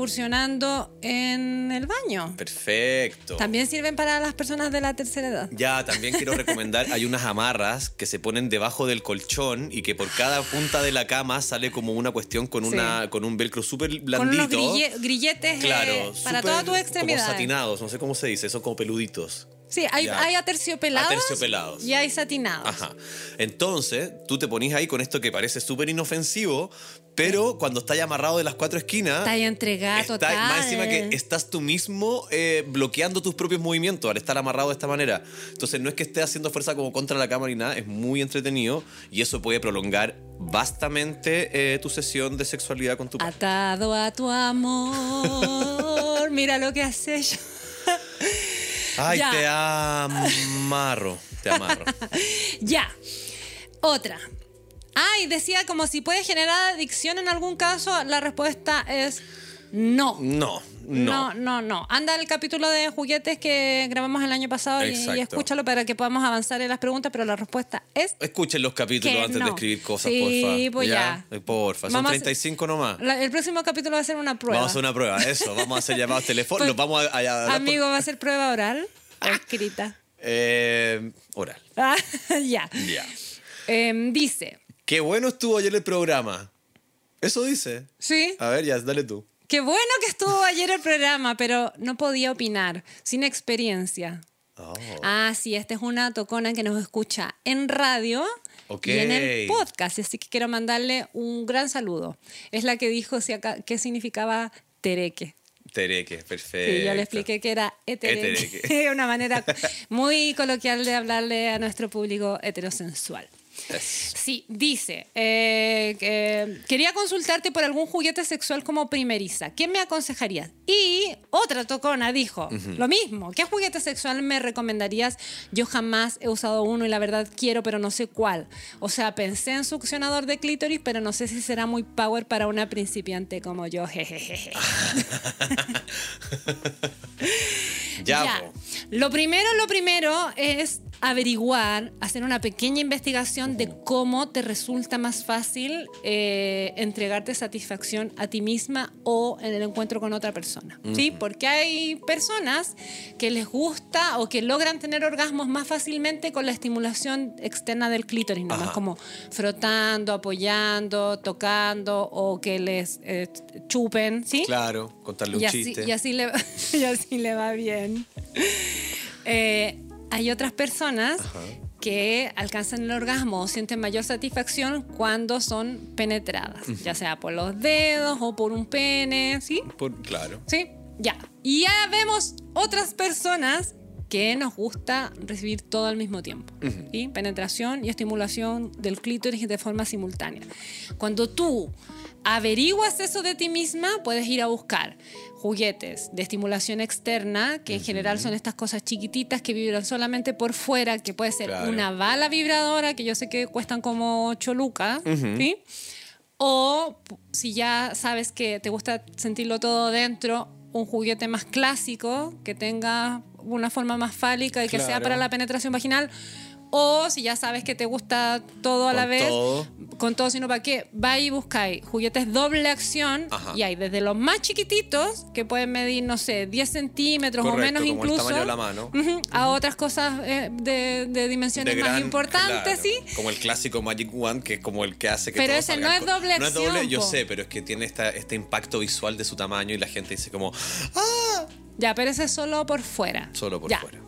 S2: incursionando en el baño.
S1: Perfecto.
S2: También sirven para las personas de la tercera edad.
S1: Ya, también quiero recomendar, hay unas amarras que se ponen debajo del colchón y que por cada punta de la cama sale como una cuestión con,
S2: Sí.
S1: una, con un velcro súper
S2: Con
S1: blandito.
S2: unos grille- grilletes eh,
S1: claro,
S2: para
S1: súper
S2: todas tus extremidades.
S1: Como satinados, no sé cómo se dice, son como peluditos.
S2: Sí, hay,
S1: Ya.
S2: hay aterciopelados,
S1: Aterciopelados.
S2: y hay satinados.
S1: Ajá. Entonces, tú te ponís ahí con esto que parece súper inofensivo, pero cuando estás amarrado de las cuatro esquinas.
S2: Está ahí entregada
S1: está-
S2: total.
S1: más encima que estás tú mismo eh, bloqueando tus propios movimientos al estar amarrado de esta manera. Entonces no es que esté haciendo fuerza como contra la cámara ni nada, es muy entretenido y eso puede prolongar vastamente eh, tu sesión de sexualidad con tu
S2: Ah,
S1: pareja.
S2: Atado a tu amor. Mira lo que has hecho.
S1: Ay,
S2: ya.
S1: te amarro, te amarro.
S2: Ya. Otra. Ay, decía como si puede generar adicción en algún caso, la respuesta es no.
S1: No, no.
S2: No, no, no. Anda el capítulo de juguetes que grabamos el año pasado y,
S1: Exacto.
S2: y escúchalo para que podamos avanzar en las preguntas, pero la respuesta es
S1: Escuchen los capítulos
S2: Que
S1: antes
S2: no.
S1: de escribir cosas,
S2: Sí,
S1: porfa.
S2: pues ya.
S1: Eh, Porfa, son
S2: Vamos a hacer-
S1: 35 nomás.
S2: la- el próximo capítulo va a ser una prueba.
S1: Ah. Vamos a hacer una prueba, eso. Vamos a hacer llamados telefónicos.
S2: Pues,
S1: vamos a, a- a-
S2: Amigo, va a ser prueba oral o escrita.
S1: Eh, oral.
S2: Ah, ya.
S1: Ya.
S2: Em, dice,
S1: Qué bueno estuvo ayer el programa. Eso dice.
S2: sí,
S1: A ver, ya, dale tú.
S2: qué bueno que estuvo ayer el programa, pero no podía opinar, sin experiencia.
S1: Oh.
S2: Ah, sí, esta es una tocona que nos escucha en radio
S1: Ok.
S2: y en el podcast, así que quiero mandarle un gran saludo. Es la que dijo si acá- qué significaba tereque.
S1: Tereque, perfecto.
S2: Sí, yo le expliqué que era etereque.
S1: Etereque.
S2: una manera muy coloquial de hablarle a nuestro público heterosensual.
S1: Eso.
S2: Sí, dice, eh, que, quería consultarte por algún juguete sexual como primeriza. ¿Qué me aconsejarías? Y otra tocona dijo, lo mismo, ¿qué juguete sexual me recomendarías? Yo jamás he usado uno y la verdad quiero, pero no sé cuál. O sea, pensé en succionador de clítoris, pero no sé si será muy power para una principiante como yo. Jejejeje.
S1: Ya,
S2: Ya.
S1: po.
S2: Lo primero, lo primero es averiguar, hacer una pequeña investigación de cómo te resulta más fácil eh, entregarte satisfacción a ti misma o en el encuentro con otra persona. ¿sí? Porque hay personas que les gusta o que logran tener orgasmos más fácilmente con la estimulación externa del clítoris, nomás
S1: Ajá.
S2: como frotando, apoyando, tocando o que les eh, chupen. ¿sí?
S1: Claro, contarle un
S2: y así,
S1: chiste.
S2: y así le, y así le va bien. Eh, hay otras personas
S1: Ajá.
S2: que alcanzan el orgasmo o sienten mayor satisfacción cuando son penetradas, ya sea por los dedos o por un pene, ¿sí?
S1: Por- claro.
S2: Sí, ya. Y ya vemos otras personas que nos gusta recibir todo al mismo tiempo. ¿sí? Penetración y estimulación del clítoris de forma simultánea. Cuando tú averiguas eso de ti misma, puedes ir a buscar juguetes de estimulación externa, que en general son estas cosas chiquititas que vibran solamente por fuera, que puede ser
S1: Claro.
S2: una bala vibradora, que yo sé que cuestan como 8 lucas, ¿sí? O p- si ya sabes que te gusta sentirlo todo dentro, un juguete más clásico, que tenga una forma más fálica y que sea
S1: Claro.
S2: para la penetración vaginal. O si ya sabes que te gusta todo a la
S1: Con
S2: vez,
S1: todo.
S2: con todo, sino para qué, vais y buscáis juguetes doble acción
S1: Ajá.
S2: y hay desde los más chiquititos, que pueden medir, no sé, 10 centímetros
S1: Correcto,
S2: o menos
S1: como el
S2: incluso,
S1: tamaño de la mano.
S2: ujú, a otras cosas eh, de, de dimensiones
S1: De
S2: más
S1: gran-
S2: importantes,
S1: claro,
S2: ¿sí.
S1: Como el clásico Magic One, que es como el que hace que
S2: Pero
S1: todo
S2: ese
S1: salga
S2: no es
S1: co-
S2: doble
S1: No es doble,
S2: acción,
S1: yo
S2: po.
S1: sé, pero es que tiene esta, este impacto visual de su tamaño y la gente dice como,
S2: Ya, pero ese es solo por fuera.
S1: solo por
S2: Ya.
S1: fuera.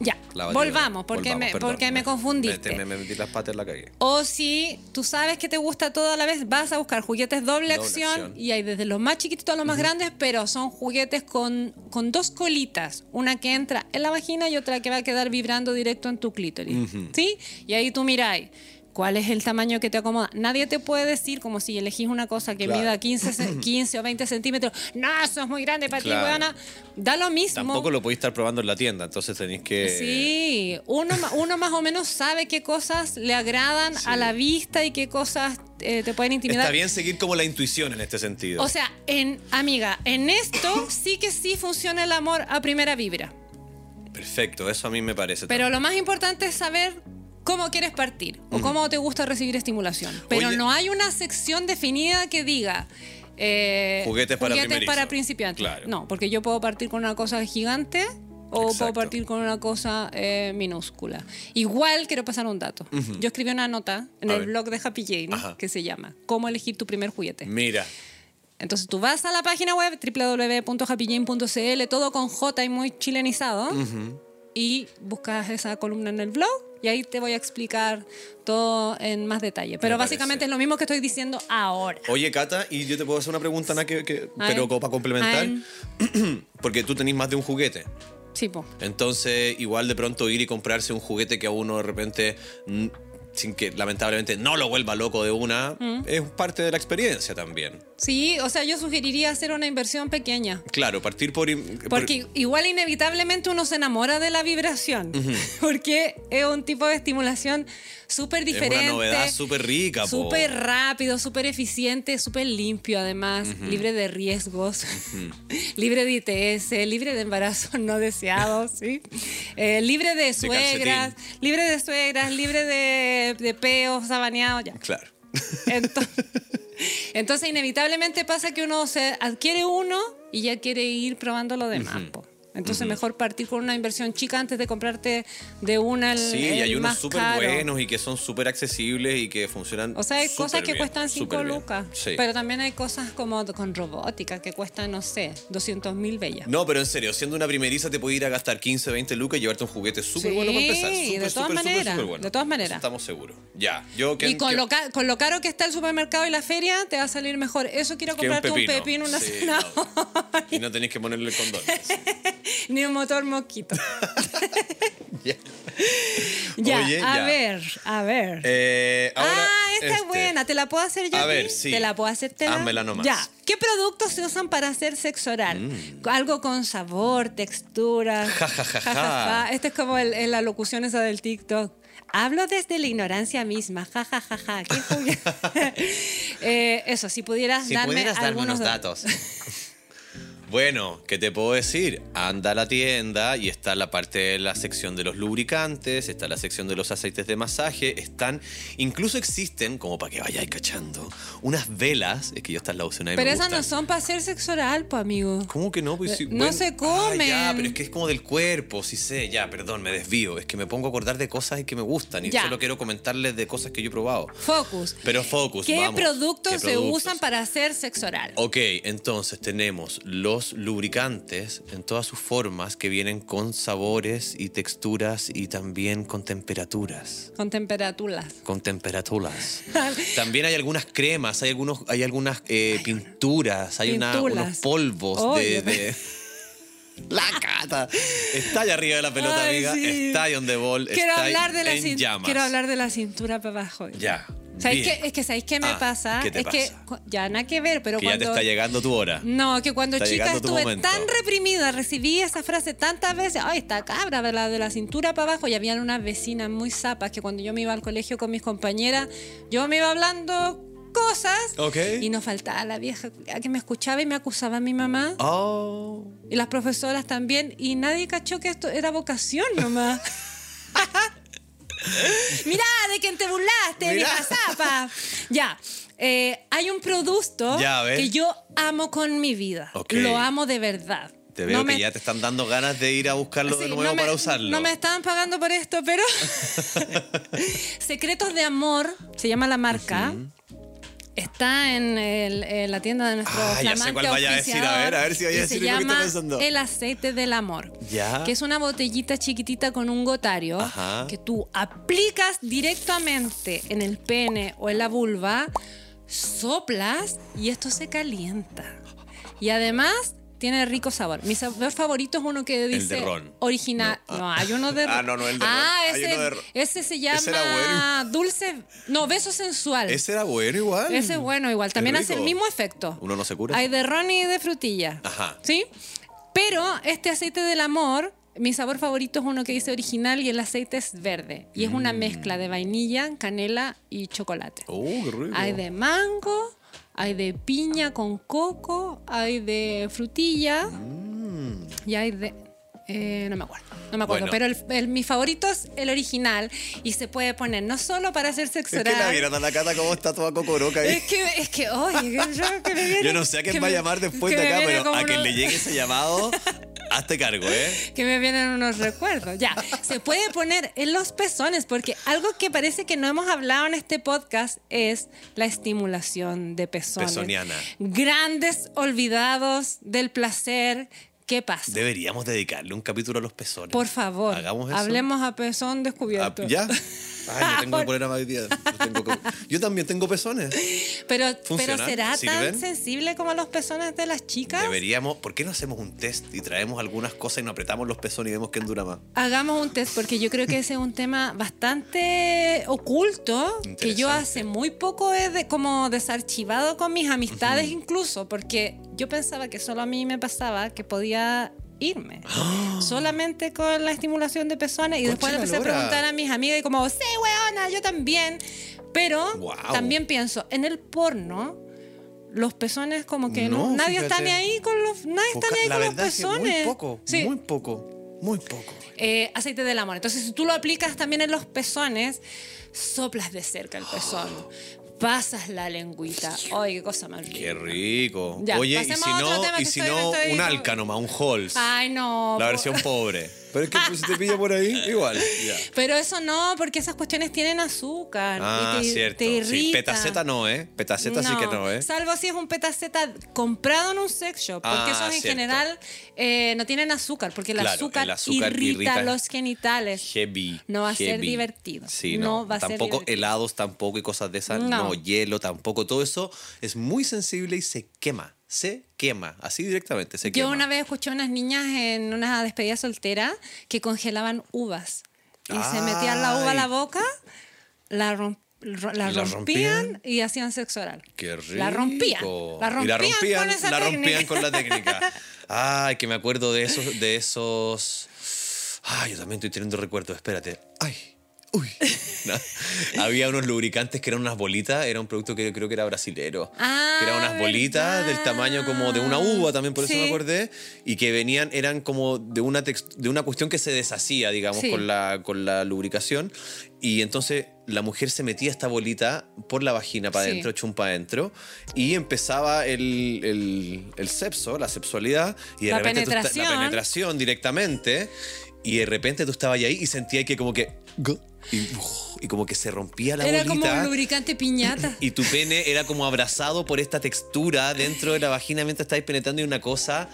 S2: Ya,
S1: La batida.
S2: volvamos, porque,
S1: Volvamos,
S2: me,
S1: perdón,
S2: porque me confundiste.
S1: Me, me metí las patas en la calle.
S2: O si tú sabes que te gusta todo a la vez, vas a buscar juguetes doble,
S1: Doble
S2: acción,
S1: acción.
S2: y hay desde los más chiquititos a los más grandes, pero son juguetes con, con dos colitas, una que entra en la vagina y otra que va a quedar vibrando directo en tu clítoris. ¿Sí? Y ahí tú miráis. ¿Cuál es el tamaño que te acomoda? Nadie te puede decir, como si elegís una cosa que
S1: Claro.
S2: mida 15, ce- 15 o 20 centímetros. No, eso es muy grande para
S1: Claro.
S2: ti, weona. Da lo mismo.
S1: Tampoco lo podéis estar probando en la tienda, entonces tenéis que...
S2: Sí, uno, ma- uno más o menos sabe qué cosas le agradan a la vista y qué cosas eh, te pueden intimidar.
S1: Está bien seguir como la intuición en este sentido.
S2: O sea, en, amiga, en esto sí que sí funciona el amor a primera vibra.
S1: Perfecto, eso a mí me parece.
S2: Pero lo más importante es saber cómo quieres partir o cómo te gusta recibir estimulación. Pero
S1: Oye.
S2: no hay una sección definida que diga... eh,
S1: Juguetes para
S2: juguetes
S1: primerizo.
S2: para principiantes.
S1: Claro.
S2: No, porque yo puedo partir con una cosa gigante o
S1: Exacto.
S2: puedo partir con una cosa eh, minúscula. Igual quiero pasar un dato. Yo escribí una nota en
S1: A
S2: el
S1: ver.
S2: blog de Happy Jane
S1: Ajá.
S2: que se llama ¿Cómo elegir tu primer juguete?
S1: Mira,
S2: Entonces tú vas a la página web www.happyjane.cl, todo con J y muy chilenizado, y buscas esa columna en el blog y ahí te voy a explicar todo en más detalle. Pero
S1: parece.
S2: básicamente es lo mismo que estoy diciendo ahora.
S1: oye Cata, y yo te puedo hacer una pregunta, Ana, que, que-
S2: A
S1: pero
S2: ver.
S1: como para complementar,
S2: A ver.
S1: porque tú tenés más de un juguete.
S2: Sí, po.
S1: Entonces, igual de pronto ir y comprarse un juguete que a uno de repente, mm, sin que lamentablemente no lo vuelva loco de una,
S2: Mm.
S1: es parte de la experiencia también.
S2: Sí, o sea, yo sugeriría hacer una inversión pequeña.
S1: Claro, partir por... im- por-
S2: Porque igual inevitablemente uno se enamora de la vibración, porque es un tipo de estimulación súper
S1: es
S2: diferente.
S1: una novedad súper rica. po.
S2: Súper rápido, súper eficiente, súper limpio además, libre de riesgos, libre de ITS, libre de embarazos no deseados, ¿sí? Eh, libre de suegras, libre de suegras, libre de, de peos, sabaneados, ya.
S1: Claro.
S2: Entonces, entonces, inevitablemente pasa que uno se adquiere uno y ya quiere ir probando lo demás. po. Entonces mejor partir con una inversión chica antes de comprarte de una al
S1: Sí, y
S2: el
S1: hay unos
S2: más
S1: súper
S2: caro.
S1: buenos y que son súper accesibles y que funcionan.
S2: O sea, hay
S1: súper
S2: cosas que
S1: bien,
S2: cuestan
S1: súper
S2: 5
S1: bien.
S2: lucas,
S1: Sí.
S2: pero también hay cosas como d- con robótica que cuestan, no sé, 200 mil bellas.
S1: No, pero en serio, siendo una primeriza te puede ir a gastar 15, 20 lucas y llevarte un juguete súper bueno para
S2: Sí,
S1: empezar.
S2: de
S1: Súper,
S2: todas
S1: súper, súper,
S2: maneras,
S1: súper bueno.
S2: de todas maneras.
S1: Eso Estamos seguros. Ya. Yo,
S2: Y
S1: ¿quién-
S2: con
S1: quién-
S2: lo, ca- con lo caro que está el supermercado y la feria, te va a salir mejor. Eso quiero
S1: que un
S2: comprarte un pepino, una
S1: Sí,
S2: cena,
S1: no. Y no tenés que ponerle el condón.
S2: ni un motor mosquito.
S1: Ya.
S2: ya,
S1: Oye,
S2: a
S1: ya.
S2: ver, a ver.
S1: Eh, ahora,
S2: ah, esta es
S1: este.
S2: buena, te la puedo hacer yo.
S1: A
S2: a
S1: ver,
S2: ti?
S1: sí.
S2: Te la puedo hacer te la-
S1: Házmela nomás.
S2: Ya. ¿Qué productos se usan para hacer sexo oral? Algo con sabor, textura.
S1: Mm. Ja, ja, ja,
S2: Ja,
S1: ja.
S2: Este es como el- el- la locución esa del TikTok. Hablo desde la ignorancia misma. Ja, ja, ja, ja. Qué juguete. Eh, eso, si pudieras
S1: Si
S2: darme
S1: pudieras darme
S2: algunos
S1: unos
S2: datos.
S1: datos. Bueno, ¿qué te puedo decir? Anda a la tienda y está la parte de la sección de los lubricantes, está la sección de los aceites de masaje, están, incluso existen, como para que vayáis cachando, unas velas, es que yo estas las usé una vez y
S2: Pero
S1: me
S2: esas no
S1: gustan.
S2: son para hacer sexo oral, pues, amigo.
S1: ¿Cómo que no? Pues sí,
S2: No se comen.
S1: ya, pero es que es como del cuerpo, sí sé, ya, perdón, me desvío, es que me pongo a acordar de cosas que me gustan y
S2: Ya.
S1: solo quiero comentarles de cosas que yo he probado.
S2: Focus.
S1: Pero focus,
S2: ¿Qué
S1: Pues vamos.
S2: productos
S1: ¿Qué
S2: se
S1: productos?
S2: usan para hacer sexo oral?
S1: Ok, entonces tenemos los lubricantes en todas sus formas que vienen con sabores y texturas y también con temperaturas.
S2: Con temperaturas.
S1: Con temperaturas. También hay algunas cremas, hay, algunos, hay algunas eh, pinturas, hay una- unos
S2: Pinturas.
S1: polvos
S2: Oye,
S1: de. de- La cata. Está allá arriba de la pelota,
S2: Ay,
S1: amiga.
S2: sí.
S1: Está ahí on the ball.
S2: Quiero
S1: está ahí
S2: hablar, de la
S1: en
S2: cin-
S1: llamas.
S2: quiero hablar de la cintura para abajo.
S1: Ya.
S2: ¿Sabéis
S1: bien.
S2: qué? Es que ¿sabéis qué me
S1: Ah,
S2: pasa?
S1: ¿qué te
S2: es que
S1: pasa?
S2: cu- ya nada que ver, pero
S1: Que ya
S2: cuando Mm.
S1: te está llegando tu hora.
S2: No, que cuando
S1: Está
S2: chica
S1: llegando tu
S2: estuve
S1: momento.
S2: tan reprimida, recibí esa frase tantas veces, ay, esta cabra, ¿verdad? De la cintura para abajo, y habían unas vecinas muy zapas que cuando yo me iba al colegio con mis compañeras, yo me iba hablando cosas
S1: Ok.
S2: y nos faltaba la vieja culiá que me escuchaba y me acusaba a mi mamá
S1: Oh.
S2: y las profesoras también y nadie cachó que esto era vocación nomás. Mirá, de quien te burlaste,
S1: Mirá.
S2: vieja zapa. Ya. eh, hay un producto
S1: Ya, a ver.
S2: que yo amo con mi vida.
S1: Ok.
S2: Lo amo de verdad.
S1: Te veo
S2: No
S1: que
S2: me-
S1: ya te están dando ganas de ir a buscarlo de
S2: Sí,
S1: nuevo
S2: no me-
S1: para usarlo.
S2: No me estaban pagando por esto, pero. Secretos de Amor, se llama la marca. Está en, el- en la tienda de nuestro
S1: Ah, ya sé
S2: flamante
S1: cuál vaya a decir, a
S2: auspiciador,
S1: ver, a ver si vaya a
S2: y
S1: decir
S2: se
S1: lo que está
S2: llama
S1: pensando.
S2: El aceite del amor.
S1: Ya.
S2: Que es una botellita chiquitita con un gotario
S1: Ajá.
S2: que tú aplicas directamente en el pene o en la vulva, soplas y esto se calienta. Y además tiene rico sabor. Mi sabor favorito es uno que
S1: de
S2: dice
S1: ron.
S2: original.
S1: No, ah.
S2: No, hay uno de
S1: Ah, no, no, el de
S2: Ah,
S1: ron. Hay
S2: ese,
S1: uno de ron.
S2: ese se llama
S1: Ese era bueno.
S2: dulce, no, beso sensual. Ese
S1: Ese era bueno igual.
S2: es bueno igual, también
S1: Es
S2: hace el
S1: rico.
S2: mismo efecto.
S1: Uno no se cura. Ah.
S2: Hay de ron y de frutilla.
S1: Ajá.
S2: ¿Sí? Pero este aceite del amor, mi sabor favorito es uno que dice original y el aceite es verde y es una
S1: Mm.
S2: mezcla de vainilla, canela y chocolate.
S1: Oh, qué rico.
S2: Hay de mango, hay de piña con coco, hay de frutilla
S1: Mm.
S2: y hay de... eh, no me acuerdo, no me acuerdo,
S1: Bueno.
S2: pero el, el- mi favorito es el original y se puede poner no solo para hacer sexo
S1: Es que la
S2: oral.
S1: vieron a la cata como está toda cocoroca ahí.
S2: Es que, es que, oye, que yo, que me viene-
S1: Yo no sé a quién
S2: que
S1: va a
S2: me-
S1: llamar después
S2: que
S1: de
S2: me
S1: acá,
S2: viene
S1: pero
S2: como
S1: a quien
S2: uno-
S1: le llegue ese llamado, hazte cargo, ¿eh?
S2: que me vienen unos recuerdos. Ya, se puede poner en los pezones, porque algo que parece que no hemos hablado en este podcast es la estimulación de pezones.
S1: Pezoniana.
S2: Grandes olvidados del placer. ¿Qué pasa?
S1: Deberíamos dedicarle un capítulo a los pezones.
S2: Por favor,
S1: Hagamos eso.
S2: hablemos a pezón
S1: Ah,
S2: descubierto.
S1: ¿Ya? Ay, yo tengo que poner a hoy día. Yo, tengo que- yo también tengo pezones.
S2: Pero, pero
S1: ¿Funcionan?
S2: ¿será
S1: ¿Sirven?
S2: tan sensible como los pezones de las chicas?
S1: Deberíamos. ¿Por qué no hacemos un test y traemos algunas cosas y nos apretamos los pezones y vemos quién dura más?
S2: Hagamos un test porque yo creo que ese es un tema bastante oculto que yo hace muy poco he de- como desarchivado con mis amistades incluso porque yo pensaba que solo a mí me pasaba que podía irme solamente con la estimulación de personas y
S1: ¡Ah! Concha
S2: después
S1: la
S2: le empecé a
S1: lora.
S2: preguntar a mis amigas y como sí weona yo también pero
S1: Guau.
S2: también pienso en el porno los pezones como que
S1: No,
S2: no, nadie está
S1: fíjate.
S2: ni ahí con los nadie está ni ahí
S1: la
S2: con los
S1: verdad es que
S2: pezones
S1: muy poco,
S2: Sí.
S1: muy poco, muy poco.
S2: Eh, aceite del amor. Entonces, si tú lo aplicas también en los pezones, soplas de cerca el pezón. pasas la lengüita. Ay, qué cosa más rica.
S1: Qué rico.
S2: Ya,
S1: Oye, y
S2: pasemos
S1: si
S2: a otro
S1: no,
S2: tema
S1: y
S2: que
S1: si
S2: estoy-
S1: no
S2: estoy-
S1: un alca nomás, un Halls.
S2: Ay, no.
S1: la
S2: po-
S1: versión pobre.
S4: Pero es que pues, si te pilla por ahí, igual.
S2: Pero eso no, porque esas cuestiones tienen azúcar.
S1: Ah,
S2: y te,
S1: cierto.
S2: te
S1: sí,
S2: irrita.
S1: petaceta no, ¿eh? Petaceta sí que no, ¿eh?
S2: Salvo si es un petaceta comprado en un sex shop, porque
S1: Ah,
S2: esos en
S1: cierto.
S2: general eh, no tienen azúcar, porque el,
S1: Claro,
S2: azúcar,
S1: el azúcar
S2: irrita,
S1: irrita.
S2: los genitales.
S1: Heavy.
S2: No va a ser
S1: heavy.
S2: divertido.
S1: Sí, no.
S2: No va a ser
S1: tampoco
S2: divertido.
S1: helados, tampoco y cosas de esas. No.
S2: No.
S1: hielo, tampoco. Todo eso es muy sensible y se quema. Se quema. Así directamente, se quema.
S2: Yo una vez escuché a unas niñas en una despedida soltera que congelaban uvas y se metían la uva a
S1: Ay.
S2: la boca, la, rom- ro- la
S1: ¿La
S2: rompían,
S1: rompían?
S2: y hacían sexo oral.
S1: Qué rico.
S2: La rompían. La rompían,
S1: Y la rompían,
S2: con esa
S1: la
S2: técnica.
S1: rompían con la técnica. Ay, que me acuerdo de esos, de esos. Ay, yo también estoy teniendo recuerdos. Espérate. Ay. Uy. No. Había unos lubricantes que eran unas bolitas. Era un producto que yo creo que era brasilero.
S2: Ah,
S1: que eran unas bolitas del
S2: ¿verdad?
S1: tamaño como de una uva, también por eso me
S2: Sí.
S1: acordé. Y que venían, eran como de una, text- de una cuestión que se deshacía, digamos,
S2: Sí.
S1: con, la, con la lubricación. Y entonces la mujer se metía esta bolita por la vagina para
S2: Sí.
S1: adentro, chumpa adentro, y empezaba el, el, el sepso, la sexualidad, y de
S2: La
S1: repente tú esta- la
S2: penetración.
S1: penetración directamente, y de repente tú estabas ahí y sentías que como que... gu- Y, uf, y como que se rompía la
S2: Era
S1: bolita.
S2: como un lubricante piñata.
S1: Y tu pene era como abrazado por esta textura dentro de la vagina mientras estáis penetrando y una cosa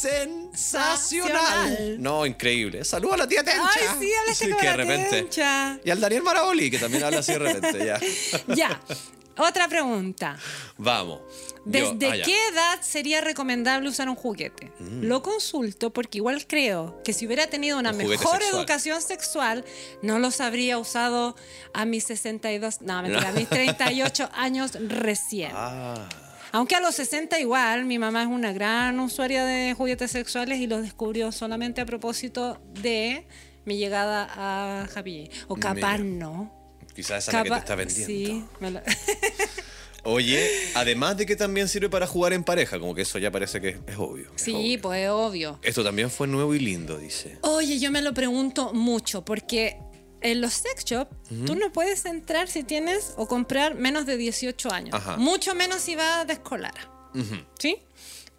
S1: sensacional.
S2: Sensacional.
S1: No, increíble. Saludos a la tía Tencha.
S2: Ay, sí, hablaste
S1: Sí,
S2: como
S1: que de
S2: la
S1: repente.
S2: tencha.
S1: Y al Daniel Maraboli, que también habla así de repente, ya.
S2: Ya. Otra pregunta.
S1: Vamos. Yo-
S2: ¿Desde
S1: ah, ya. Mm.
S2: qué edad sería recomendable usar un juguete? Lo consulto porque igual creo que si hubiera tenido una
S1: Un juguete
S2: mejor
S1: sexual.
S2: educación sexual, no los habría usado a mis 62, no, mentira, a mis 38 años recién.
S1: Ah,
S2: Aunque a los 60 igual, mi mamá es una gran usuaria de juguetes sexuales y los descubrió solamente a propósito de mi llegada a Happy J. O capaz
S1: Mira.
S2: no.
S1: quizás esa es la que te
S2: Capaz-
S1: está vendiendo.
S2: Sí, me lo-
S1: Oye, además de que también sirve para jugar en pareja, como que eso ya parece que es obvio. es
S2: sí
S1: obvio.
S2: pues obvio.
S1: Esto también fue nuevo y lindo, dice.
S2: Oye, yo me lo pregunto mucho porque en los sex shops tú no puedes entrar si tienes o comprar menos de 18 años.
S1: Ajá.
S2: Mucho menos si vas de escolar. ¿Sí?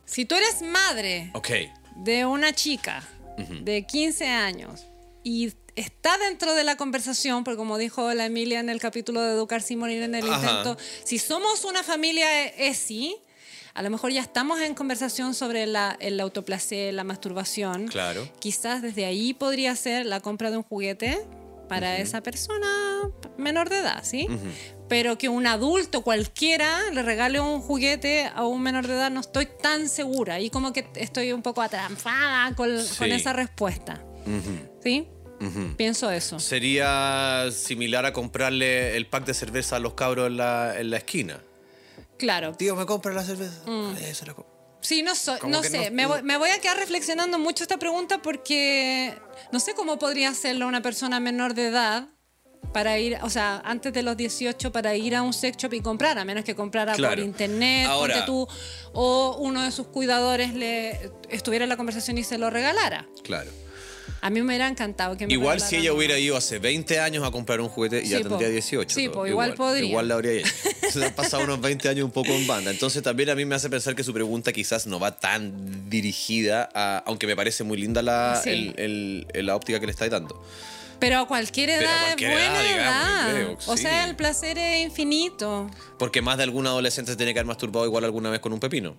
S2: Si tú eres madre
S1: Ok.
S2: de una chica de 15 años y está dentro de la conversación, porque como dijo la Emilia en el capítulo de Educar sin morir en el
S1: Ajá.
S2: intento, si somos una familia e- ESI, a lo mejor ya estamos en conversación sobre la, el autoplacer, la masturbación.
S1: Claro.
S2: Quizás desde ahí podría ser la compra de un juguete para esa persona menor de edad, ¿sí? Pero que un adulto cualquiera le regale un juguete a un menor de edad, no estoy tan segura. Y como que estoy un poco atrampada con,
S1: Sí.
S2: con esa respuesta. ¿Sí? Pienso eso.
S1: Sería similar a comprarle el pack de cerveza a los cabros en la, en la esquina.
S2: Claro.
S1: Tío, ¿me compras la cerveza?
S2: Mm.
S1: Eh, se la co-
S2: Sí, no, soy-
S1: Como
S2: no
S1: que
S2: sé.
S1: no-
S2: me, voy, me voy a quedar reflexionando mucho esta pregunta porque no sé cómo podría hacerlo una persona menor de edad para ir, o sea, antes de los 18 para ir a un sex shop y comprar, a menos que comprara por
S1: Claro.
S2: internet,
S1: Ahora-
S2: ponte tú, o uno de sus cuidadores le estuviera en la conversación y se lo regalara.
S1: Claro.
S2: A mí me hubiera encantado que me
S1: Igual si
S2: regalaran
S1: ella
S2: uno.
S1: hubiera ido hace 20 años a comprar un juguete, ya
S2: Sí, po.
S1: tendría 18.
S2: Sí,
S1: ¿no?
S2: po, igual podría.
S1: Igual la habría hecho. Se han pasado unos 20 años un poco en banda. Entonces también a mí me hace pensar que su pregunta quizás no va tan dirigida a... Aunque me parece muy linda la,
S2: Sí.
S1: el- el- el- la óptica que le estáis dando.
S2: Pero a cualquier edad
S1: Pero a cualquier
S2: es
S1: edad,
S2: buena
S1: digamos,
S2: edad.
S1: yo creo,
S2: o
S1: sí.
S2: sea, el placer es infinito.
S1: Porque más de algún adolescente se tiene que haber masturbado igual alguna vez con un pepino.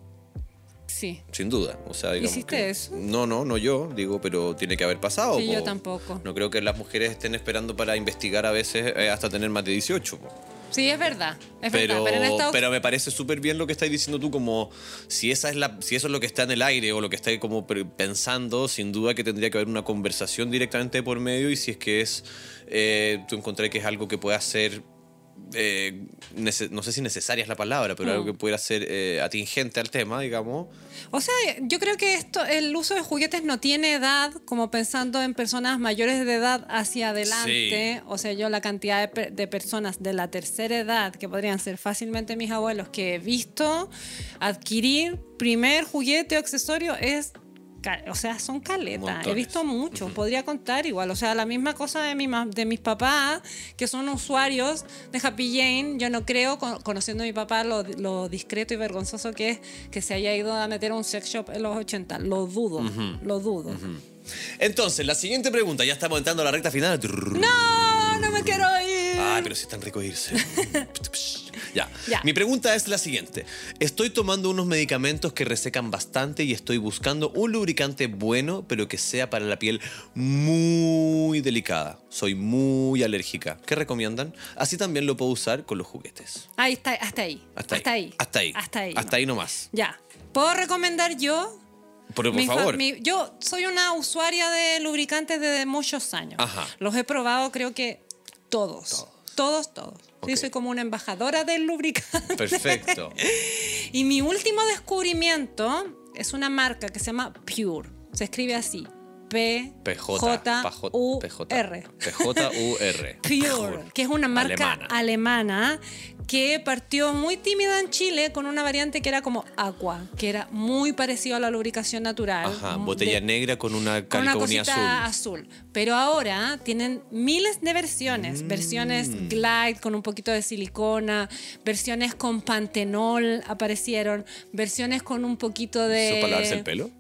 S2: Sí.
S1: Sin duda. O sea, digamos
S2: ¿Hiciste
S1: que-
S2: eso?
S1: No, no, no yo, digo, pero tiene que haber pasado.
S2: Sí, yo
S1: po.
S2: tampoco.
S1: No creo que las mujeres estén esperando para investigar a veces eh, hasta tener más de 18. po.
S2: Sí, es verdad. Es
S1: Pero,
S2: verdad. Pero en esta
S1: pero me parece súper bien lo que estás diciendo tú, como si, esa es la, si eso es lo que está en el aire o lo que estáis como pre- pensando, sin duda que tendría que haber una conversación directamente por medio y si es que es, eh, tú encontré que es algo que pueda ser, eh, nece- no sé si necesaria es la palabra, pero
S2: Mm.
S1: algo que pudiera ser eh, atingente al tema, digamos.
S2: O sea, yo creo que esto, el uso de juguetes no tiene edad, como pensando en personas mayores de edad hacia adelante. O sea, yo la cantidad de, per- de personas de la tercera edad, que podrían ser fácilmente mis abuelos, que he visto adquirir primer juguete o accesorio es ca- o sea, son caletas. He
S1: Montones.
S2: visto mucho, podría contar igual. O sea, la misma cosa de, mi ma- de mis papás, que son usuarios de Happy Jane. Yo no creo, con- conociendo a mi papá, lo, lo discreto y vergonzoso que es que se haya ido a meter a un sex shop en los 80. Lo dudo, lo dudo.
S1: Entonces, la siguiente pregunta, ya estamos entrando a la recta final.
S2: ¡Ah, ¡No! ¡No me quiero ir!
S1: Ay, pero si es tan rico irse. ya.
S2: Ya.
S1: Mi pregunta es la siguiente. Estoy tomando unos medicamentos que resecan bastante y estoy buscando un lubricante bueno, pero que sea para la piel muy delicada. Soy muy alérgica. ¿Qué recomiendan? Así también lo puedo usar con los juguetes.
S2: Ahí está, hasta ahí.
S1: Hasta, ahí. Hasta ahí.
S2: Hasta ahí.
S1: Hasta
S2: ¿no?
S1: ahí nomás.
S2: Ya. ¿Puedo recomendar yo?
S1: Pero por
S2: Mi fa-
S1: favor.
S2: mi- yo soy una usuaria de lubricantes desde muchos años.
S1: Ajá.
S2: Los he probado, creo que todos. Todos, todos. Sí,
S1: Ok.
S2: soy como una embajadora del lubricante.
S1: Perfecto.
S2: Y mi último descubrimiento es una marca que se llama Pure. Se escribe así. P
S1: PJ.
S2: J
S1: PJ,
S2: U R.
S1: PJUR.
S2: Pure, que es una marca alemana.
S1: Alemana.
S2: que partió muy tímida en Chile con una variante que era como Aqua, que era muy parecido a la lubricación natural.
S1: Ajá,
S2: mm,
S1: botella
S2: de-
S1: negra con una
S2: con una
S1: calicomanía
S2: cosita
S1: azul.
S2: azul. Pero ahora tienen miles de versiones. Versiones glide con un poquito de silicona, versiones con pantenol aparecieron, versiones con un poquito de...
S1: ¿Eso para lavarse el pelo?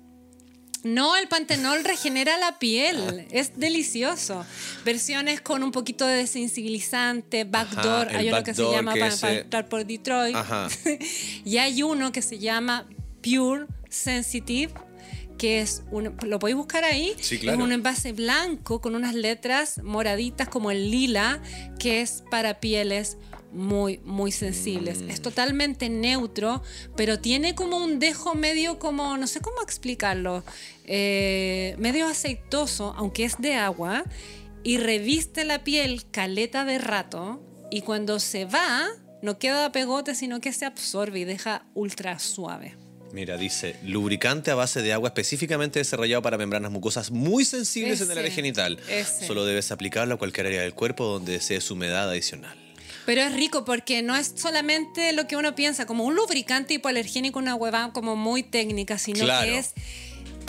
S2: No, el pantenol regenera la piel. Es delicioso. Versiones con un poquito de sensibilizante, backdoor.
S1: Ajá, el
S2: hay uno que se
S1: backdoor
S2: llama
S1: que
S2: para,
S1: ese-
S2: para entrar por Detroit.
S1: Ajá.
S2: y hay uno que se llama Pure Sensitive que es un, lo podéis buscar ahí,
S1: Sí, claro.
S2: es un envase blanco con unas letras moraditas como el lila, que es para pieles muy, muy sensibles. Es totalmente neutro, pero tiene como un dejo medio como, no sé cómo explicarlo, eh, medio aceitoso, aunque es de agua, y reviste la piel caleta de rato, y cuando se va, no queda pegote, sino que se absorbe y deja ultra suave.
S1: Mira, dice, lubricante a base de agua específicamente desarrollado para membranas mucosas muy sensibles en el
S2: Ese,
S1: área genital.
S2: ese.
S1: Solo debes aplicarlo a cualquier área del cuerpo donde desees humedad adicional.
S2: Pero es rico porque no es solamente lo que uno piensa, como un lubricante hipoalergénico, una huevada como muy técnica, sino
S1: Claro.
S2: que es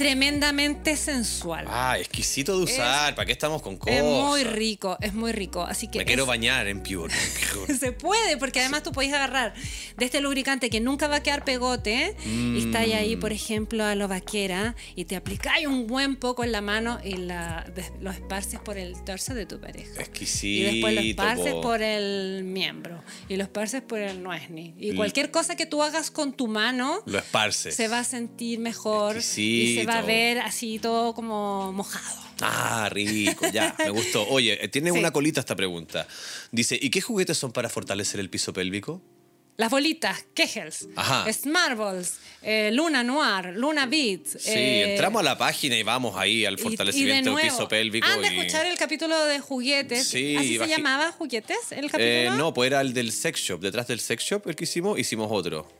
S2: tremendamente sensual.
S1: Ah, exquisito de usar. ¿Para qué estamos con cosas?
S2: es muy rico, es muy rico. Así que
S1: Me quiero
S2: es-
S1: bañar en Pure.
S2: se puede, porque además tú podés agarrar de este lubricante que nunca va a quedar pegote y está ahí,
S1: Mm.
S2: ahí, por ejemplo, a lo vaquera y te aplicáis un buen poco en la mano y la, des- lo esparces por el torso de tu pareja. Y
S1: exquisito.
S2: después los parses
S1: po.
S2: por el miembro. Y los parses por el nuesni.
S1: Mm.
S2: Y cualquier cosa que tú hagas con tu mano
S1: Lo esparces.
S2: se va a sentir mejor y se va a
S1: Exquisito.
S2: ver así todo como mojado.
S1: Ah, rico, ya, me gustó. Oye, eh, tiene
S2: Sí.
S1: una colita esta pregunta. Dice, ¿y qué juguetes son para fortalecer el piso pélvico?
S2: Las bolitas, Kegels,
S1: Ajá.
S2: Smartballs, eh, Luna Noir, Luna Beat.
S1: Sí,
S2: Eh,
S1: entramos a la página y vamos ahí al fortalecimiento del piso pélvico.
S2: Anda a
S1: y-
S2: escuchar el capítulo de juguetes.
S1: Sí,
S2: ¿Así se
S1: baji-
S2: llamaba juguetes el capítulo?
S1: Eh, no, pues era el del sex shop. Detrás del sex shop, el que hicimos, hicimos otro.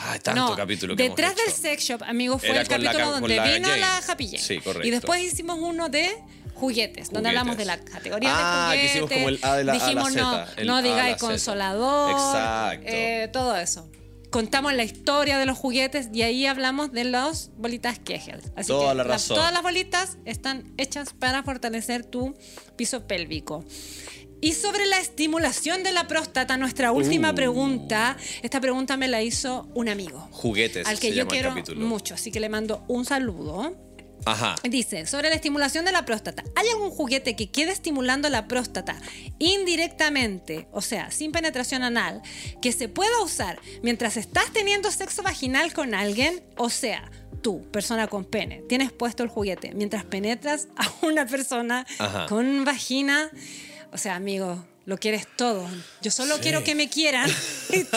S1: Ah, tanto
S2: No,
S1: capítulo que
S2: Detrás
S1: hemos
S2: del
S1: hecho.
S2: sex shop, amigos, fue
S1: Era
S2: el
S1: con la
S2: capítulo
S1: ca- con
S2: donde
S1: la
S2: vino
S1: Jane.
S2: la Happy Jane.
S1: Sí, correcto.
S2: Y después hicimos uno de juguetes,
S1: Juguetes.
S2: donde hablamos de la categoría
S1: Ah, que
S2: de juguetes.
S1: hicimos como el A de la- a la
S2: Dijimos
S1: Z,
S2: no,
S1: el
S2: no
S1: A la
S2: digáis
S1: Z.
S2: consolador.
S1: Exacto.
S2: eh, todo eso. Contamos la historia de los juguetes y ahí hablamos de las bolitas Kegel. Así
S1: Toda
S2: que
S1: la
S2: las-
S1: razón.
S2: todas las bolitas están hechas para fortalecer tu piso pélvico. Y sobre la estimulación de la próstata, nuestra última
S1: Uh.
S2: pregunta. Esta pregunta me la hizo un amigo.
S1: Juguetes,
S2: Al que
S1: se
S2: yo
S1: llama el
S2: quiero
S1: capítulo.
S2: mucho, así que le mando un saludo.
S1: Ajá.
S2: Dice, sobre la estimulación de la próstata, ¿hay algún juguete que quede estimulando la próstata indirectamente, o sea, sin penetración anal, que se pueda usar mientras estás teniendo sexo vaginal con alguien? O sea, tú, persona con pene, tienes puesto el juguete mientras penetras a una persona
S1: Ajá.
S2: con vagina. O sea, amigo. Lo quieres todo. Yo solo quiero que me quieran. Y tú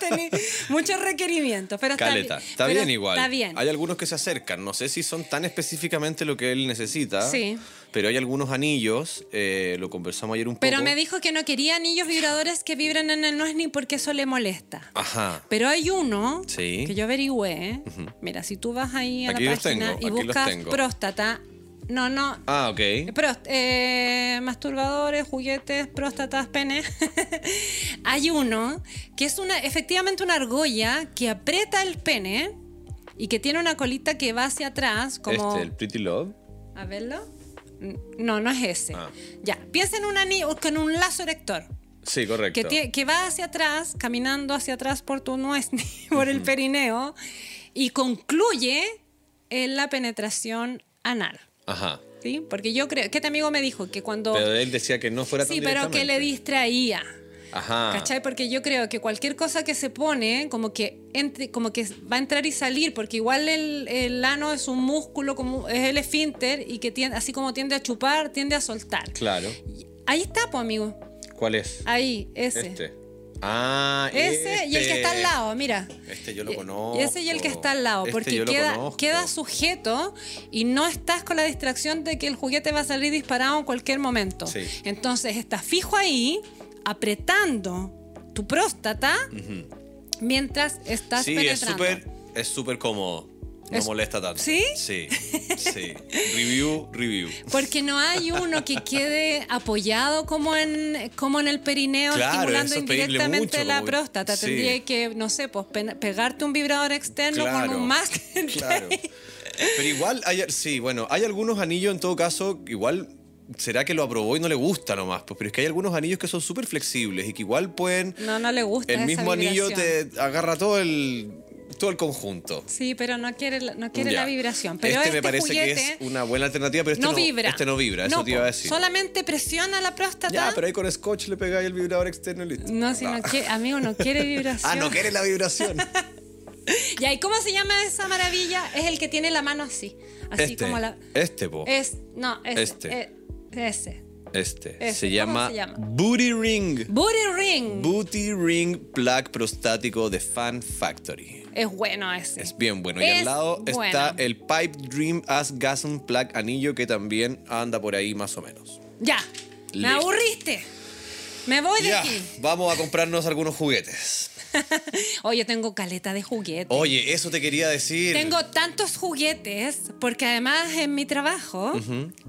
S2: tenido muchos requerimientos. Pero está
S1: Caleta.
S2: bien-
S1: Está
S2: pero
S1: bien, igual.
S2: Está bien.
S1: Hay algunos que se acercan. No sé si son tan específicamente lo que él necesita.
S2: Sí.
S1: Pero hay algunos anillos. eh, lo conversamos ayer un
S2: Pero
S1: poco.
S2: me dijo que no quería anillos vibradores que vibran en el nuez ni porque eso le molesta.
S1: Ajá.
S2: Pero hay uno
S1: Ah. Sí.
S2: que yo averigüé. Mira, si tú vas ahí a
S1: Aquí
S2: la
S1: los
S2: página
S1: tengo,
S2: y
S1: aquí los
S2: buscas
S1: tengo.
S2: próstata, no, no,
S1: Ah, ok.
S2: Prost- eh, masturbadores, juguetes, próstatas, pene. Hay uno que es una, efectivamente una argolla que aprieta el pene y que tiene una colita que va hacia atrás, como...
S1: Este, el Pretty Love.
S2: A verlo. N- No, no es ese.
S1: Ah.
S2: Ya, piensa en un anillo con un lazo erector.
S1: Sí, correcto.
S2: Que, tie- que va hacia atrás, caminando hacia atrás por tu nuez, por el perineo, y concluye en la penetración anal.
S1: Ajá.
S2: ¿sí? Porque yo creo, que este amigo me dijo que cuando...
S1: Pero él decía que no fuera tan
S2: sí, pero que le
S1: directamente.
S2: distraía.
S1: Ajá.
S2: ¿Cachai? Porque yo creo que cualquier cosa que se pone, como que, entre, como que va a entrar y salir, porque igual el, el ano es un músculo, como es el esfínter, y que tiende, así como tiende a chupar, tiende a soltar.
S1: Claro.
S2: Ahí está, pues, amigo.
S1: ¿Cuál es?
S2: Ahí, ese.
S1: Este. Ah,
S2: Ese y el que está al lado, mira.
S1: Este yo lo
S2: Eh,
S1: conozco.
S2: Ese y el que está al lado,
S1: Este
S2: porque
S1: yo lo
S2: queda,
S1: conozco.
S2: queda sujeto y no estás con la distracción de que el juguete va a salir disparado en cualquier momento.
S1: Sí.
S2: Entonces estás fijo ahí, apretando tu próstata mientras estás
S1: Sí, es
S2: penetrando.
S1: súper es súper cómodo. No
S2: Es-
S1: molesta tanto.
S2: ¿Sí?
S1: Sí, sí. Review, review.
S2: Porque no hay uno que quede apoyado como en, como en el perineo,
S1: Claro,
S2: estimulando
S1: eso es pedirle
S2: indirectamente
S1: mucho,
S2: la
S1: como que-
S2: próstata.
S1: sí.
S2: Tendría que, no sé, pues pe- pegarte un vibrador externo con
S1: Claro,
S2: un máster.
S1: Claro. Pero igual, hay, sí, bueno, hay algunos anillos en todo caso, igual será que lo aprobó y no le gusta nomás, pues, pero es que hay algunos anillos que son súper flexibles y que igual pueden.
S2: No, no le gusta.
S1: el
S2: esa
S1: mismo anillo te
S2: vibración.
S1: agarra todo el, todo el conjunto.
S2: Sí, pero no quiere, la- no quiere
S1: Ya.
S2: la vibración. Pero
S1: este,
S2: este
S1: me parece que
S2: juguete
S1: es una buena alternativa, pero este
S2: no,
S1: no,
S2: vibra.
S1: Este no vibra, eso
S2: No,
S1: te iba a
S2: po,
S1: decir.
S2: Solamente presiona la próstata.
S1: Ya, pero ahí con scotch le pegáis el vibrador externo y listo.
S2: No, si no, quiere, amigo, no quiere vibración.
S1: Ah, no quiere la vibración.
S2: Ya, ¿y cómo se llama esa maravilla? Es el que tiene la mano así. Así
S1: este,
S2: como la. Eh,
S1: este, po.
S2: Es. No, ese.
S1: Este.
S2: eh, ese.
S1: este.
S2: ese,
S1: Se,
S2: ¿cómo
S1: llama
S2: se llama?
S1: Booty Ring.
S2: Booty ring.
S1: Booty Ring Plug Prostático de Fan Factory.
S2: es bueno ese.
S1: Es bien bueno. Y al
S2: Es
S1: lado está
S2: bueno.
S1: el Pipe Dream Gasm Plug Anillo que también anda por ahí más o menos.
S2: Ya. Me
S1: Listo.
S2: aburriste. Me voy de
S1: Ya,
S2: aquí.
S1: vamos a comprarnos algunos juguetes.
S2: Oye, tengo caleta de juguetes.
S1: Oye, eso te quería decir.
S2: Tengo tantos juguetes, porque además en mi trabajo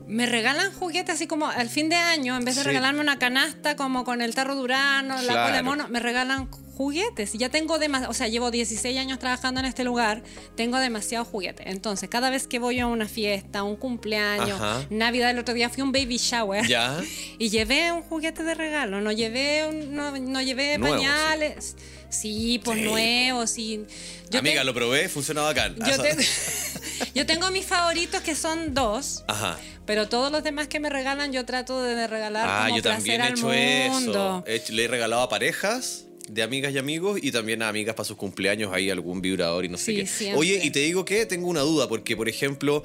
S2: me regalan juguetes así como al fin de año, en vez de
S1: Sí.
S2: regalarme una canasta como con el tarro durano, la cola de
S1: Claro.
S2: mono, me regalan juguetes. Y ya tengo demasiado, o sea, llevo 16 años trabajando en este lugar, tengo demasiado juguete. Entonces, cada vez que voy a una fiesta, un cumpleaños,
S1: Ajá.
S2: Navidad, el otro día fui a un baby shower.
S1: Ya.
S2: Y llevé un juguete de regalo, no llevé, un- no, no llevé
S1: Nuevo, sí.
S2: pañales. Sí, pues
S1: Sí.
S2: nuevos, sí. Yo
S1: Amiga,
S2: te-
S1: lo probé, funciona bacán.
S2: yo,
S1: Asa-
S2: tengo- yo tengo mis favoritos que son dos,
S1: Ajá.
S2: pero todos los demás que me regalan yo trato de regalar
S1: Ah,
S2: como
S1: yo
S2: placer
S1: también he
S2: al
S1: hecho
S2: mundo. Ah,
S1: eso. He hecho- le he regalado a parejas de amigas y amigos y también a amigas para sus cumpleaños ahí algún vibrador y no sé
S2: Sí,
S1: qué.
S2: siempre.
S1: Oye, y te digo que tengo una duda porque, por ejemplo,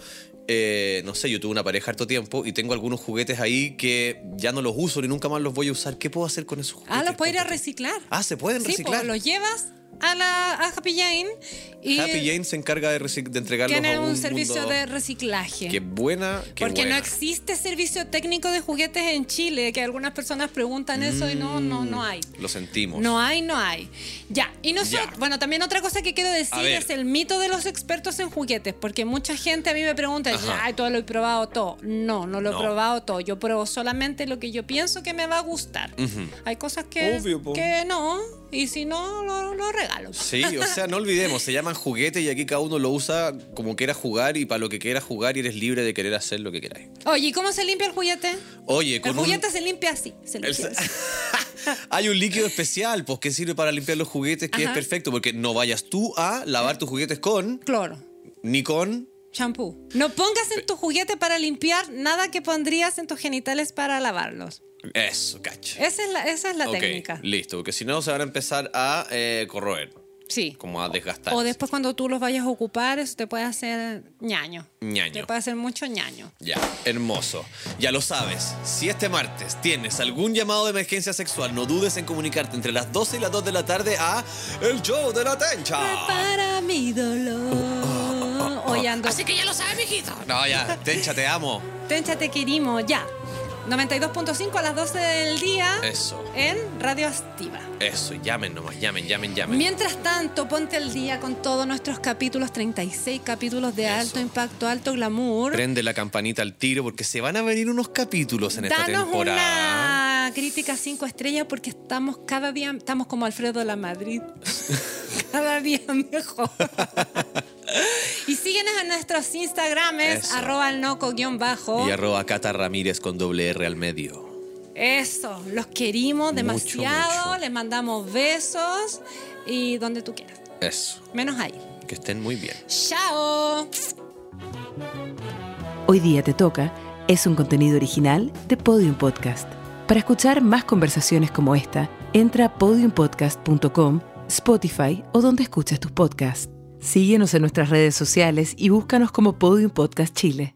S1: eh, no sé, yo tuve una pareja harto tiempo y tengo algunos juguetes ahí que ya no los uso ni nunca más los voy a usar. ¿Qué puedo hacer con esos juguetes?
S2: Ah, los puedes ir a reciclar.
S1: Ah, ¿se pueden
S2: Sí,
S1: reciclar?
S2: pues, los llevas a la a Happy Jane y
S1: Happy Jane se encarga de, reci- de entregarlos
S2: tienen
S1: a
S2: un,
S1: un
S2: servicio
S1: mundo-
S2: de reciclaje.
S1: Qué buena, qué
S2: porque
S1: buena.
S2: no existe servicio técnico de juguetes en Chile, que algunas personas preguntan eso y no, no, no hay.
S1: Lo sentimos.
S2: No hay, no hay. Ya, y nosotros,
S1: Ya.
S2: bueno, también otra cosa que quiero
S1: A
S2: decir
S1: ver.
S2: es el mito de los expertos en juguetes, porque mucha gente a mí me pregunta,
S1: Ajá.
S2: ay, todo lo he probado todo. No, no lo
S1: No.
S2: he probado todo. Yo pruebo solamente lo que yo pienso que me va a gustar. Hay cosas que,
S4: Obvio, po.
S2: que no, y si no, lo, lo regalo.
S1: Sí, o sea, no olvidemos, se llaman juguetes y aquí cada uno lo usa como quiera jugar y para lo que quiera jugar y eres libre de querer hacer lo que queráis.
S2: Oye, ¿y cómo se limpia el juguete?
S1: Oye, con
S2: El
S1: un-
S2: juguete se limpia así. se limpia
S1: el-
S2: así.
S1: hay un líquido especial pues, que sirve para limpiar los juguetes que
S2: Ajá.
S1: es perfecto porque no vayas tú a lavar tus juguetes con
S2: Cloro.
S1: ni con
S2: Shampoo. No pongas en tu juguete para limpiar nada que pondrías en tus genitales para lavarlos.
S1: eso, cacho.
S2: Esa es la, esa es la
S1: Ok,
S2: técnica.
S1: listo, porque si no se van a empezar a eh, corroer,
S2: Sí.
S1: como a desgastar.
S2: O después cuando tú los vayas a ocupar, eso te puede hacer ñaño.
S1: Ñaño.
S2: Te puede hacer mucho ñaño.
S1: Ya, hermoso. Ya lo sabes, si este martes tienes algún llamado de emergencia sexual, no dudes en comunicarte entre las 12 y las 2 de la tarde a El Show de la
S2: Ah.
S1: Tencha.
S2: Para mi Oh, dolor. Hoy ando. Así que ya lo sabes, mijito.
S1: No, ya, Tencha, te amo.
S2: Tencha, te querimo, ya. 92.5 a las 12 del día.
S1: Eso.
S2: En Radio Activa.
S1: Eso, llamen nomás, llamen, llamen, llamen.
S2: Mientras tanto, ponte al día con todos nuestros capítulos, 36 capítulos de alto impacto, alto glamour.
S1: Prende la campanita al tiro porque se van a venir unos capítulos en esta
S2: Danos
S1: temporada.
S2: una crítica cinco estrellas porque estamos cada día, estamos como Alfredo la Madrid. cada día mejor. Y síguenos en nuestros Instagrames,
S1: Eso.
S2: arroba el noco-bajo.
S1: Y arroba Cata Ramírez con doble R al medio.
S2: Eso, los querimos demasiado,
S1: mucho.
S2: les mandamos besos y donde tú quieras.
S1: Eso.
S2: Menos ahí.
S1: Que estén muy bien.
S2: ¡Chao!
S5: Hoy día te toca es un contenido original de Podium Podcast. Para escuchar más conversaciones como esta, entra a podiumpodcast.com, Spotify o donde escuches tus podcasts. Síguenos en nuestras redes sociales y búscanos como Podium Podcast Chile.